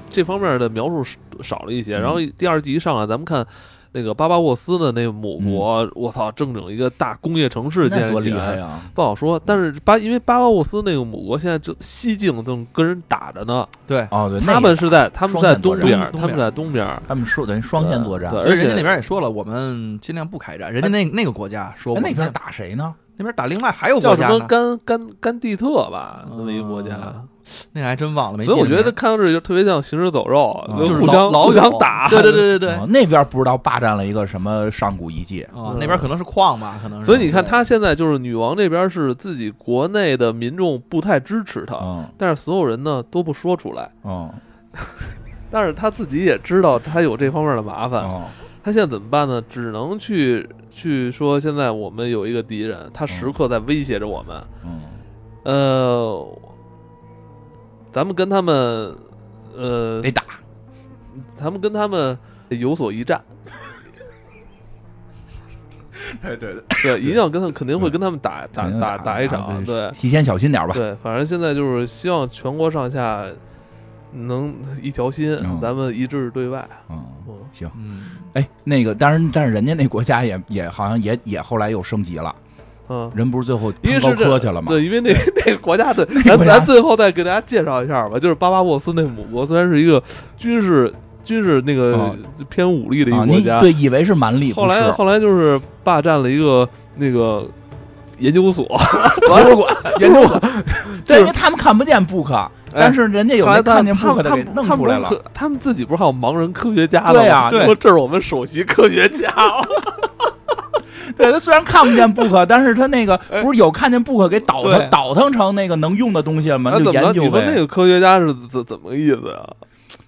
这方面的描述少少了一些。嗯然后第二季一上来，咱们看那个巴巴沃斯的那母国，我操，正整一个大工业城市建嗯那立多起厉害来。呀！不好说，但是巴因为巴巴沃斯那个母国现在正西境正跟人打着呢，对，哦，对，那他们是在他们是在东边，东他们在东边，他们说等于嗯双线作战，对哎所以人而且家哎那边也说了，我们尽量不开战。人家那那个国家说，我们那边打谁呢？那边打另外还有叫国什家么呢，甘甘甘地特吧，那么一个国家。嗯那个还真忘了。没所以我记着觉得名儿看到这就特别像行尸走肉，啊就就是互相互老老相有打，对对对对 对哦，那边不知道霸占了一个什么上古遗迹，啊嗯，那边可能是矿吧，可能是。所以你看，对她现在就是女王这边是自己国内的民众不太支持她，啊嗯但是所有人呢都不说出来。嗯但是她自己也知道她有这方面的麻烦，啊嗯她现在怎么办呢？只能去去说，现在我们有一个敌人，他啊时刻在威胁着我们。嗯，呃，咱们跟他们，呃得，打，咱们跟他们有所一战，对对对，对，一定要跟他们，肯定会跟他们打打肯定打打一场，对，提前小心点吧。对，反正现在就是希望全国上下能一条心，嗯咱们一致对外。嗯，嗯，行，嗯，哎，那个，当然，但是人家那国家也也好像也也后来又升级了，嗯人不是最后因为是登高这科去了吗？对，因为那 那个国家 的，个咱国家咱最后再给大家介绍一下吧。就是巴巴沃斯那母国，虽然是一个军事军事那个哦偏武力的一啊，个国你家，对以为是蛮力，后不是来后来就是霸占了一个那个研究所， 图书馆研究所，对，因为他们看不见 book，但是人家有哎后那来他看见他 book 们的他给们弄出来了他们不。是科他们自己不是还有盲人科学家的对吗啊？说这是我们首席科学 家。哦对他虽然看不见 book，但是他那个哎不是有看见 book 给倒腾对倒腾成那个能用的东西了吗？那就啊怎么研了？究你说那呗。个科学家是怎怎么个意思 呀、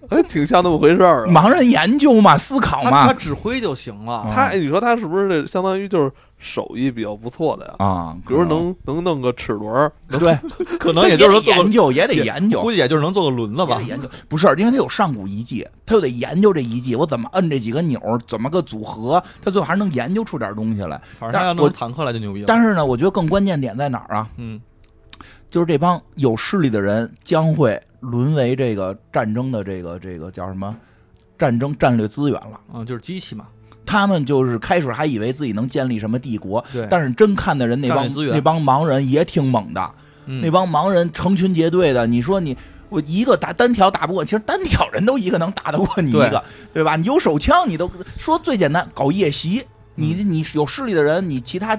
哎，挺像那么回事儿啊。盲人研究嘛，思考他他嘛指挥就行啊了。他，哎你说他是不是这相当于就是手艺比较不错的呀？啊，比如能能弄个齿轮儿，可能 对，可能也就是说得做个研究嗯也得研究估，计也就是能做个轮子吧也得。研究不是，因为他有上古遗迹，他又得研究这遗迹，我怎么摁这几个钮儿，怎么个组合，他最后还是能研究出点东西来。反正他要我弄坦克来就牛逼了。但是呢，我觉得更关键点在哪儿啊？嗯，就是这帮有势力的人将会沦为这个战争的这个这个叫什么？战争战略资源了，嗯，就是机器嘛，他们就是开始还以为自己能建立什么帝国，对但是真看的人那战略帮资源那帮盲人也挺猛的，嗯那帮盲人成群结队的，你说你。我一个打单挑打不过，其实单挑人都一个能打得过你一对个，对吧？你有手枪，你都说最简单，搞夜袭，你你有势力的人，你其他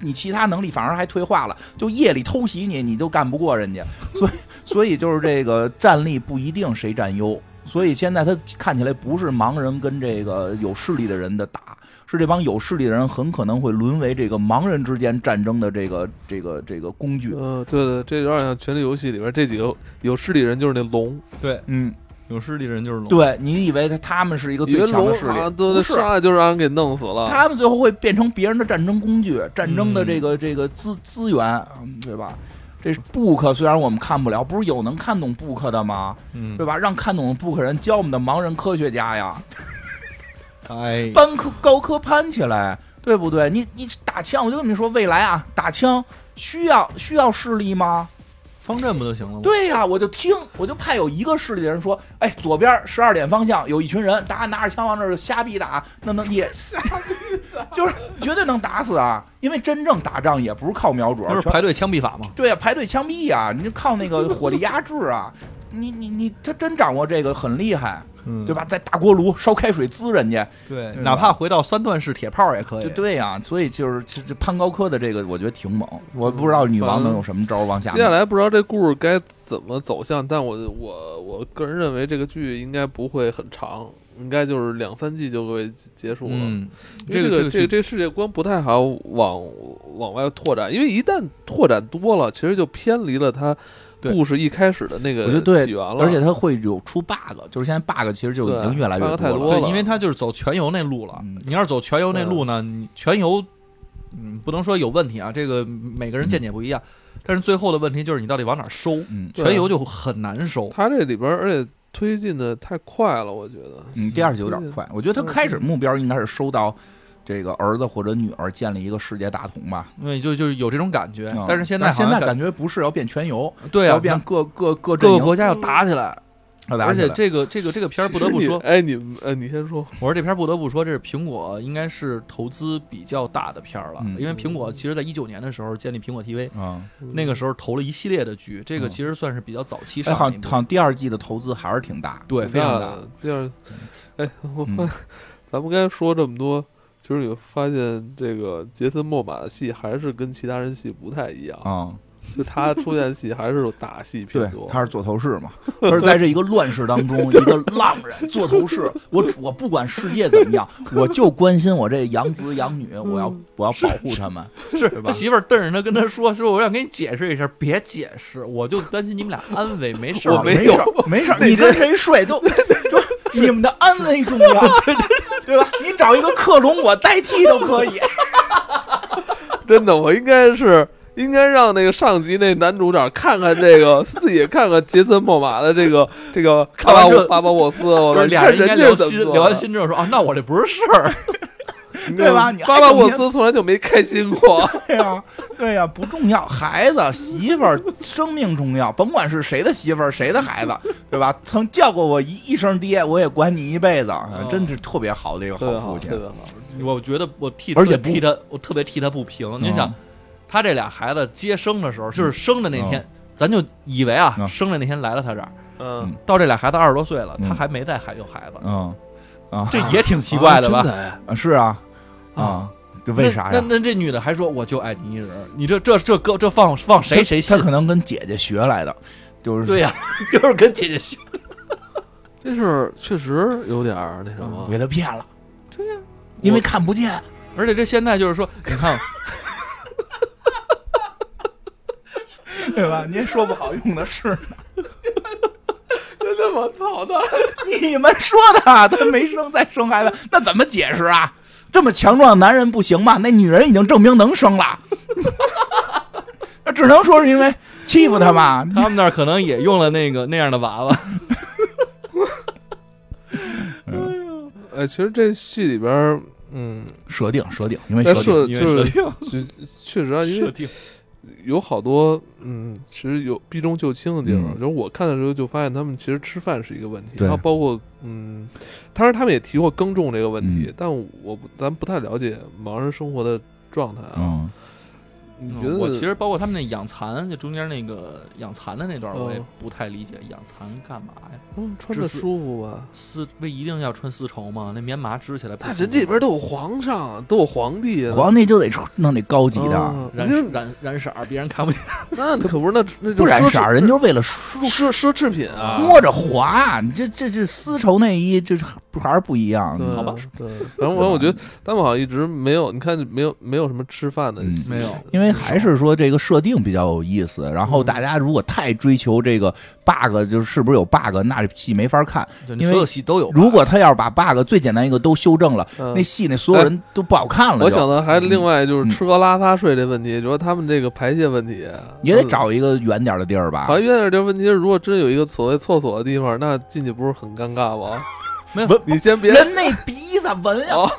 你其他能力反而还退化了，就夜里偷袭你，你都干不过人家， 所以所以就是这个战力不一定谁占优，所以现在他看起来不是盲人跟这个有势力的人的打，是这帮有势力的人很可能会沦为这个盲人之间战争的这个这个这个工具，嗯、对对，这有点像《权力游戏》里边这几个有势力人，就是那龙，对，嗯，有势力人就是龙，对你以为他他们是一个以最为强龙的势啊，力，对对，不是。上来就让人给弄死了。他们最后会变成别人的战争工具，战争的嗯这个、这个资资源，嗯对吧？这 book 虽然我们看不了，不是有能看懂 book 的吗？嗯对，吧？让看懂 book 人教我们的盲人科学家呀，哎，搬科高科攀起来，对不对？你你打枪，我就跟你说，未来啊，打枪需要需要势力吗？方阵不就行了吗？对呀、我就听，我就怕有一个势力的人说，哎，左边十二点方向有一群人，大家拿着枪往那儿瞎逼打，那能也 瞎逼打， 就是绝对能打死啊！因为真正打仗也不是靠瞄准，那不是全排队枪毙法吗？对呀、排队枪毙啊，你就靠那个火力压制啊，你你你，他真掌握这个很厉害，嗯对吧？在大锅炉烧开水滋人家，对，对哪吧怕回到三段式铁炮也可以。就对呀、所以就是这这潘高科的这个，我觉得挺猛，我不知道女王能有什么招儿往下。接下，来不知道这故事该怎么走向，但我我我个人认为这个剧应该不会很长，应该就是两三季就会结束了。嗯，因为这个这个个剧这世界观不太好往往外拓展，因为一旦拓展多了，其实就偏离了它对故事一开始的那个我觉得对起源了。而且它会有出 bug，就是现在 bug 其实就已对经越来越 bug 太了多。对了，因为它就是走全游那路了嗯。你要是走全游那路呢，你全游，嗯，不能说有问题啊，这个每个人见解不一样。但是最后的问题就是你到底往哪儿收？嗯对全游就很难收。它这里边儿而且推进的太快了，我觉得。嗯，第二集有点快，我觉得他开始目标应该是收到这个儿子或者女儿建立一个世界大同吧。对，就就是有这种感觉嗯。但是现在好现像在感感觉不是要变全游，对啊要，变那各各各阵各个营，国家要打起来，要打而起来且这个这个这个片儿不得不其实说你，哎，你们呃，你先说。我说这片儿不得不说，这是苹果应该是投资比较大的片儿了，嗯因为苹果其实在一九年的时候建立苹果 TV，嗯，那个时候投了一系列的剧，这个嗯其实算是比较早期哎上好的一像部、好像第二季的投资还是挺大。对，非常 大嗯那。第二，哎，我发、嗯咱们刚才说这么多，其实你会发现这个杰森·莫玛的戏还是跟其他人戏不太嗯一样，啊、就他出现的戏还是有打戏对偏多，。他是做 头饰嘛，他是在这一个乱世当中，一个浪人做头饰。我我不管世界怎么样，我就关心我这养子养女，我要我要保护他们。嗯是对吧他媳妇儿瞪着他，跟他说：“说我想跟你解释一下，别解释，我就担心你们俩安危，没事儿。我没没有事儿，没事儿，你跟谁睡都，就是你们的安危重要，对吧？你找一个克隆我代替都可以。真的，我应该是应该让那个上集那男主角看看这个，自己看看杰森·莫玛的这个这个看巴巴完之沃后巴巴沃斯，我就是们俩看人应人该家聊是怎心么，做聊完的心之后说啊，那我这不是事儿，对吧你巴巴爱整沃天斯从来就没开心 过。对哎呀、对呀、不重要，孩子、媳妇儿、生命重要，甭管是谁的媳妇儿、谁的孩子，对吧？曾叫过我一一声爹，我也管你一辈子，真是特别好的一个特别好父好，亲特。别好。我觉得我替，嗯而且不替他，我特别替他不平。你想嗯，他这俩孩子接生的时候，就是生的那天，咱就以为啊，嗯生的那天来了他这儿，嗯，到这俩孩子二十多岁了，嗯他还没在还有孩子，嗯，啊，这也挺奇怪的吧？啊是啊，啊啊，这为啥那呀？那那这女的还说我就爱你一人儿，你这这这搁这放放谁谁他信 他？可能跟姐姐学来的，就是对呀、 就是跟姐姐学。这事儿确实有点儿那什么给。他骗了。对呀、因为看不见。而且这现在就是说，你看， 对吧？您说不好用的是 真的吗？ 操蛋！你们说的，他没生再生孩子，那怎么解释啊？这么强壮的男人不行吗？那女人已经证明能生了， 那只能说是因为欺负他嘛。他们那儿可能也用了那个那样的娃 娃，哎，其实这戏里边儿，嗯，设定设定，因为在设定设因就为设是定 确确实啊，因为定有好多嗯，其实有避重就轻的地方。嗯然后我看的时候就发现，他们其实吃饭是一个问题，对然后包括嗯，当然他们也提过耕种这个问题，嗯但我不咱不太了解盲人生活的状态啊。嗯你嗯觉得？我其实包括他们那养蚕，就中间那个养蚕的那段，我也嗯不太理解，养蚕干嘛呀？嗯穿着只是舒服吧。丝为一定要穿丝绸吗？那棉麻织起来不舒服吗，那人这里边都有皇上，都有皇帝啊，皇帝就得出弄那高级的，啊染那染染色儿，别人看不见。那可不是那那就不染奢侈色儿，人就是为了舒奢奢侈品啊，摸着滑。你这这这丝绸内衣，这还是不一样嗯对。好吧， 对，反正我我觉得他们好像一直没有，你看没有没有什么吃饭的嗯习，没有因为还是说这个设定比较有意思，然后嗯大家如果太追求这个 bug，就是是不是有 bug，那这戏没法看。对，因为所有戏都有吧。如果他要是把 bug 最简单一个都修正了，嗯那戏那所有人都不好看了就。我想的还另外就是嗯吃喝拉撒睡这问题，主要他们这个排泄问题也得。找一个远点的地儿吧嗯好。像有点这问题，如果真有一个所谓厕所的地方，那进去不是很尴尬吗？没有不，你先别。人那鼻子闻啊呀， 哦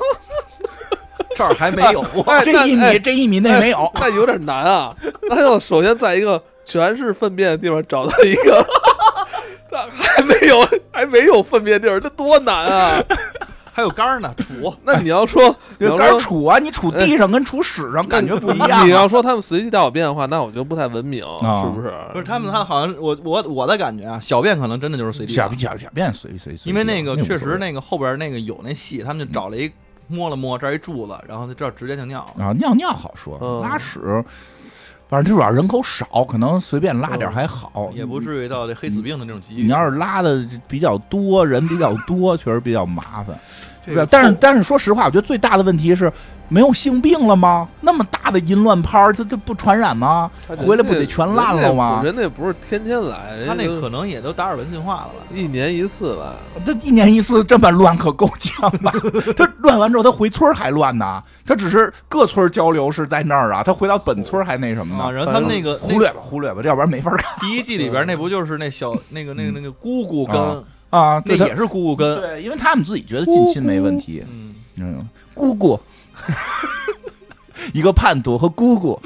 这儿还没有， 哎啊这一那米哎这一米内没有，那有点难啊。那要首先在一个全是粪便的地方找到一个，那还没有还没有粪便地儿，这多难啊！还有杆儿呢，杵。那你要说，你这要杆说杵啊，你杵地上哎跟杵屎上 感觉不一你样啊。要说他们随地大小便的话，那我觉得不太文明，啊是不是？不是他们，他好像我我我的感觉啊，小便可能真的就是随地小大，便小小便随随随，因为那个无所确谓实那个后边那个有那戏，他们就找了一摸了摸这儿一柱子，然后就这儿直接就尿了。啊，尿尿好说，嗯拉屎，反正这主要人口少，可能随便拉点儿嗯还好，也不至于到这黑死病的那种级哦你别。要是拉的比较多，人比较多，确实比较麻烦。 这对个吧但是但是说实话，我觉得最大的问题是没有性病了吗？那么大的淫乱拍儿，它它不传染吗？回来不得全烂了吗人家也不是天天来，人家他那都可能也都达尔文进化了吧？一年一次吧。他一年一次这么乱可够呛吧？ 他乱完之后，他回村儿还乱呢。他只是各村儿交流是在那儿啊，他回到本村儿还那什么啊，呢？然后他们那个忽略吧，忽略吧，这要不然没法看那第一季里边那不就是那小那个那个那个姑姑跟啊啊。那对，他也是姑姑跟，对，因为他们自己觉得近亲没问题。嗯，嗯，姑姑， 一个叛徒和姑姑，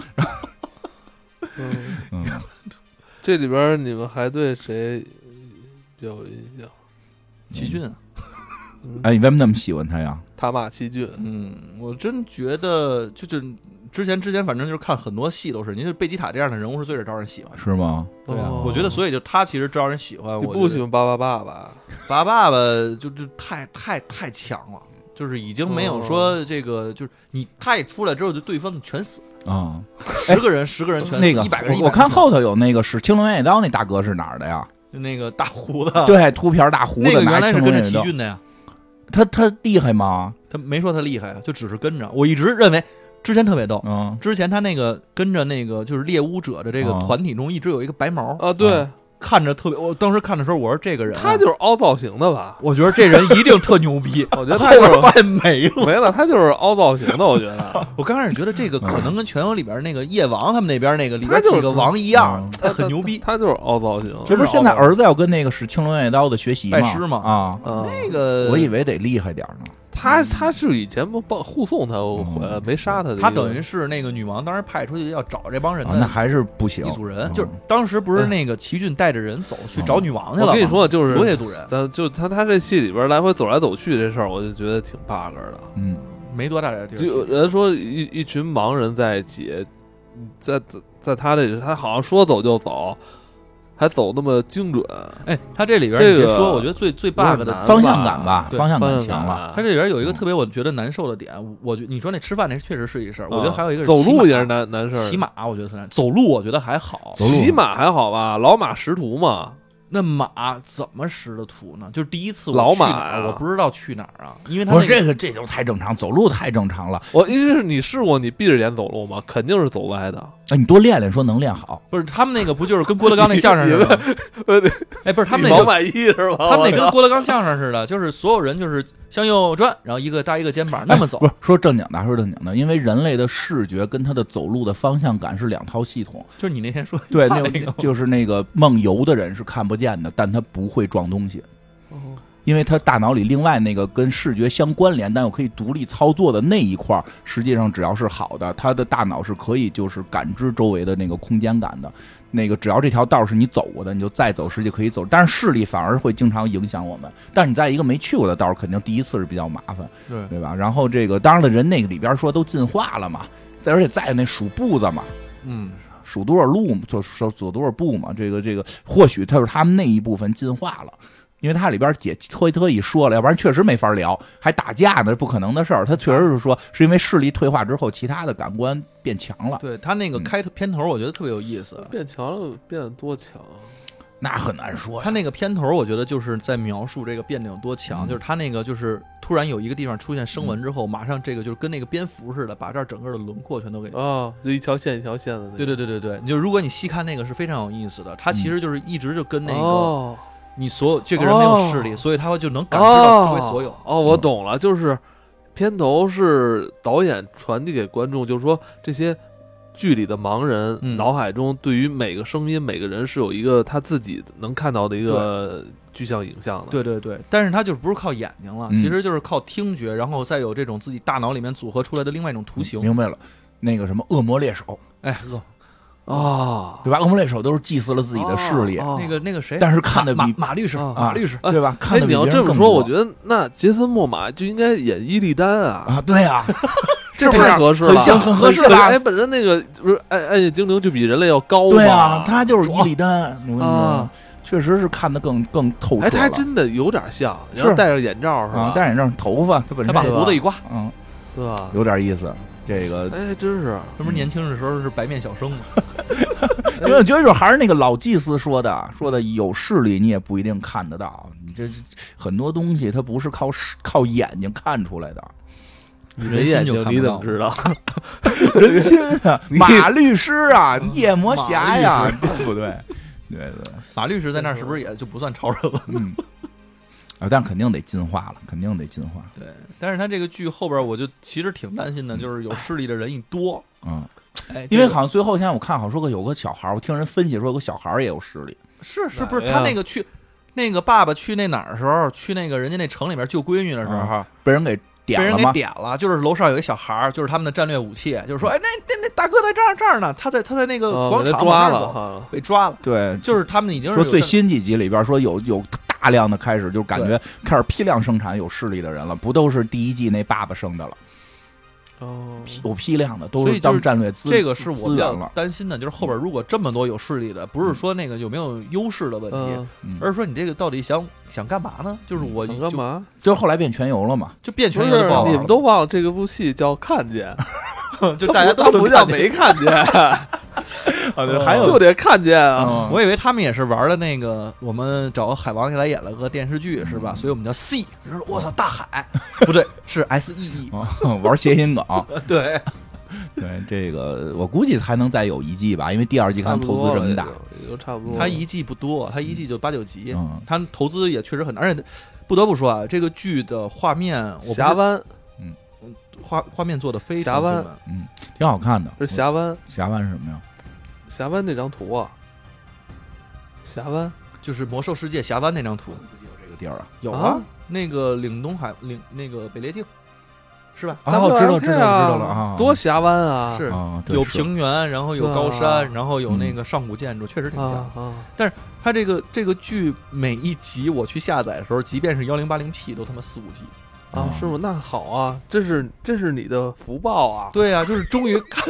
嗯，嗯， 这里边你们还对谁比较有印象？奇骏啊，嗯、哎，你为什么那么喜欢他呀？塔马奇骏，嗯，我真觉得就就之前之前反正就是看很多戏都是，您就贝吉塔这样的人物是最是招人喜欢的。是吗？对啊，哦我觉得所以就他其实招人喜欢，你我不喜觉得欢巴巴爸爸？拔爸爸就就太太太强了，就是已经没有说这个就是你他一出来之后就对方全死，啊、十个人十个人全死，那个一百个人我我100个人看后头有那个使青龙偃月刀那大哥是哪儿的呀？就那个大胡子，对，秃瓢大胡啊那子个拿原来青是龙跟着偃月奇刀，骏的呀。他他厉害吗？他没说他厉害啊，就只是跟着。我一直认为之前特别逗，嗯，之前他那个跟着那个就是猎巫者的这个啊团体中，一直有一个白毛，啊，对，看着特别。我当时看的时候，我说这个人啊，他就是凹造型的 吧？。我觉得这人一定特牛 逼我觉得后他就边是发现没了。没了，他就是凹造型的，我觉 得。我刚开始觉得这个可能跟《全游》里边那个夜嗯王他嗯们那边那个里他边就是几个王一样，他很牛逼。他他就是凹造型。这不真是是现在奥特儿子要跟那个使青龙偃月刀的学习吗？拜师吗呃啊，啊，那个我以为得厉害点儿呢。他他是以前不帮护送他回嗯来，没杀他的一个。他等于是那个女王当时派出去要找这帮人啊，那的还是不行一。组人，嗯就是当时不是那个齐骏带着人走去找女王去了吗？我跟你说，就是多些组人，咱就他他这戏里边来回走来走去这事儿，我就觉得挺 bug 的。嗯，没多大点地儿。就人家说一一群盲人在一起，在在他这里，他好像说走就走，还走那么精准，哎，他这里边这你别个说，我觉得最最有点 bug 难的，方向感吧，对方向感方强了。感啊他这里边有一个特别我觉得难受的点，我觉你说那吃饭那确实是一事儿，我觉得啊还有一个是走骑路马也是难难事儿。骑马我觉得很难，走路我觉得还好，走路骑马还好吧，老马识途嘛。那马怎么识的途呢？就是第一次我老去哪马儿呀我不知道去哪儿啊，因为他不是那这个个，这就太正常，走路太正常了。我意思是你试过你闭着眼走路吗？肯定是走歪的。哎，你多练练，说能练好。不是他们那个不就是跟郭德纲那相声似的吗？呃， 哎，不是他们那老个。满意是吧？他们那跟我郭德纲相声似的，就是所有人就是向右转，然后一个搭一个肩膀那么走哎不，是说正经的，说正经的，因为人类的视觉跟他的走路的方向感是两套系统。就是你那天说 对，那那哦个就是那个梦游的人是看不见的，但他不会撞东西。靠因为他大脑里另外那个跟视觉相关联但又可以独立操作的那一块儿，实际上只要是好的，他的大脑是可以就是感知周围的那个空间感的。那个只要这条道是你走过的，你就再走，实际可以走。但是视力反而会经常影响我们。但是你在一个没去过的道儿，肯定第一次是比较麻烦，对对吧？然后这个当然了，人那个里边说都进化了嘛，再而且再有那数步子嘛，嗯，数多少路，就走走多少步嘛。这个这个，或许他是他们那一部分进化了，因为它里边解特特意说了，要不然确实没法聊，还打架呢，不可能的事儿。他确实是说是因为视力退化之后，其他的感官变强了，对他那个嗯开头片头，我觉得特别有意思。变强了，变得多强啊？那很难说他呀。那个片头，我觉得就是在描述这个变得有多强，嗯就是他那个就是突然有一个地方出现声纹之后，马上这个就是跟那个蝙蝠似的，把这儿整个的轮廓全都哦给。啊，就一条线一条线的那对个。对对对对，你就如果你细看那个是非常有意思的，他嗯其实就是一直就跟那个哦，你所有这个人没有视力，哦所以他会就能感知到周围所有哦。。哦，我嗯懂了，就是片头是导演传递给观众，就是说这些剧里的盲人、嗯脑海中对于每个声音、每个人是有一个他自己能看到的一个具象影像的。对对对，但是他就是不是靠眼睛了，嗯其实就是靠听觉，然后再有这种自己大脑里面组合出来的另外一种图形。明哦白了。那个什么恶魔猎手，哎呵，啊，对吧？恶魔猎手都是祭祀了自己的视力，哦那个那个谁，但是看的马马比啊马律师，哦马律师，对吧？看哎你的，比别要这人么更说，多我觉得那杰森·莫玛就应该演伊利丹啊，啊，对呀，是不是太合适很了，像很合适对吧哎，？本身那个不是暗暗夜精灵就比人类要高对啊啊，，他就是伊利丹，我跟你说啊，确实是看得更更透彻哎，了。他还真的有点像，是然后戴着眼罩是吧啊，？戴眼镜，头发他本他身把这个胡子一刮，嗯，对吧？有点意思。这个，哎，还真 是，哎他不是年轻的时候是白面小生吗？因为我觉得就还是那个老祭司说的，说的有视力你也不一定看得到，你 这很多东西它不是靠视靠眼睛看出来的。你人没心眼就睛看你不怎到么知道？人心啊，你马律师啊，夜魔侠马呀，对不对？对对，马律师在那儿是不是也就不算超人了？ 嗯，啊，但肯定得进化了，肯定得进化，对，但是他这个剧后边，我就其实挺担心的，就是有势力的人一多，嗯，哎，因为这个好像最后现在我看好说个有个小孩儿，我听人分析说有个小孩儿也有视力，是是哪不是个他呀那个去那个爸爸去那哪儿的时候，去那个人家那城里面救闺女的时候啊，被人给被点人了给吗？点了，就是楼上有一小孩儿，就是他们的战略武器，就是说，哎，那那那大哥在这儿这儿呢，他在他在那个呃哦广给场他往抓那儿了走哈，被抓了，对，就是他们已经是说有最战新几集里边说有有大量的开始就感觉开始批量生产有视力的人了，不都是第一季那爸爸生的了，哦，有批量的嗯都所以是就是当战略资这个是我资比较源了，担心的，就是后边如果这么多有势力的，不是说那个有没有优势的问题，嗯，嗯，而是说你这个到底想想干嘛呢？就是我想干就嘛？就是后来变全游了嘛，就变不全是游就不好你玩 们都忘了这个部戏叫《看见》，了， 就 大家都它不叫看见没看见，啊 哦还就有得看见啊。嗯我以为他们也是玩的那个，我们找个海王给他演了个电视剧是吧？所以我们叫 C，就是我操大 海，不对，是 S E E，啊 玩谐音梗， 对，对这个我估计还能再有一季吧，因为第二季差看不投多资这了么已大经，，也就差不多了。他一季不多，他一季就八九集，嗯，他投资也确实很大，而且不得不说啊，这个剧的画面，我不是峡湾画画面做的非峡常湾精美嗯，挺好看的，是峡湾，峡湾是什么呀？峡湾这张图啊，峡湾就是《魔兽世界》峡湾那张图这个地儿啊，有啊那个岭东海岭那个北猎镜，是吧？哦，知道知道知道 WRK 了啊，多峡湾啊！是啊，对有是平原，然后有对啊高山，然后有嗯那个上古建筑，确实挺像。啊啊，它这个这个剧每一集我去下载的时候，即便是幺零八零 P 都他妈四五 G。啊，师傅，那好啊，这是这是你的福报啊！对啊，就是终于看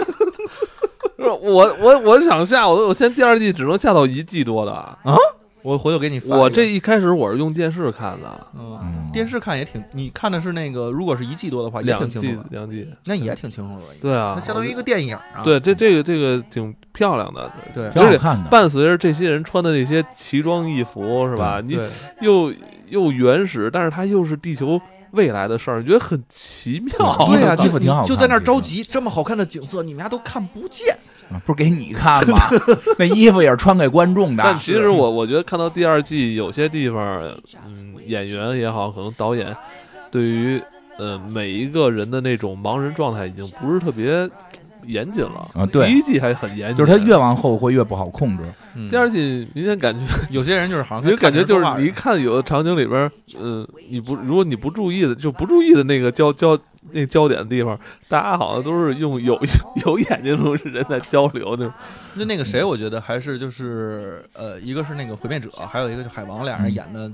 不是我我我想下，我我现在第二季只能下到一季多的。 我回头给你发一个。我这一开始我是用电视看的，嗯嗯，电视看也挺，你看的是那个，如果是一季多的话，也两挺清季楚的，两季，那也挺清楚的。对啊它，相当于一个电影啊。嗯对这这个这个挺漂亮的，对挺好看的，伴随着这些人穿的这些奇装异服是吧？你对，又又原始，但是它又是地球未来的事儿，你觉得很奇妙。嗯 对啊，衣就服挺好看就在那儿其实着急，这么好看的景色，你们家都看不见。啊不是给你看吗？那衣服也是穿给观众的。啊但其实我我觉得看到第二季有些地方，嗯，演员也好，可能导演对于呃每一个人的那种盲人状态已经不是特别严谨了啊对第一季还很严谨，就是它越往后会越不好控制。嗯第二季明显感觉，有些人就是好像你就感觉就是看着你一看有的场景里边儿，嗯，你不如果你不注意的，就不注意的那个焦焦那个焦点的地方，大家好像都是用有 有眼睛的人在交流，那种说话就那个谁，我觉得还是就是呃，一个是那个毁灭者，还有一个就海王，俩人演的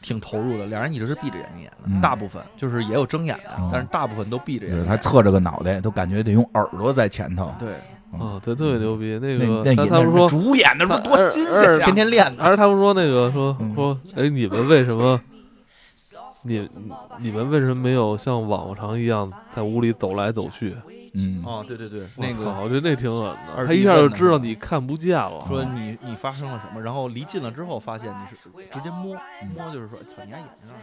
挺投入的，俩人一直是闭着眼睛演嗯的，大部分就是也有睁眼的嗯，但是大部分都闭着就眼是睛。他侧着个脑袋，都感觉得用耳朵在前头。对，啊，对，特别牛逼。那嗯那个那他也他们那说主演那不是多新二鲜二呀！天天练的。还是他们说那个说嗯说，哎，你们为什么，你你们为什么没有像往常一样在屋里走来走去？嗯，哦，对对对，那我个操我觉得那挺狠的，二他逼一下就问的知道你看不见了。说你你发生哎了什么，然后离近了之后发现你是直接摸摸，就是说操你家眼睛那儿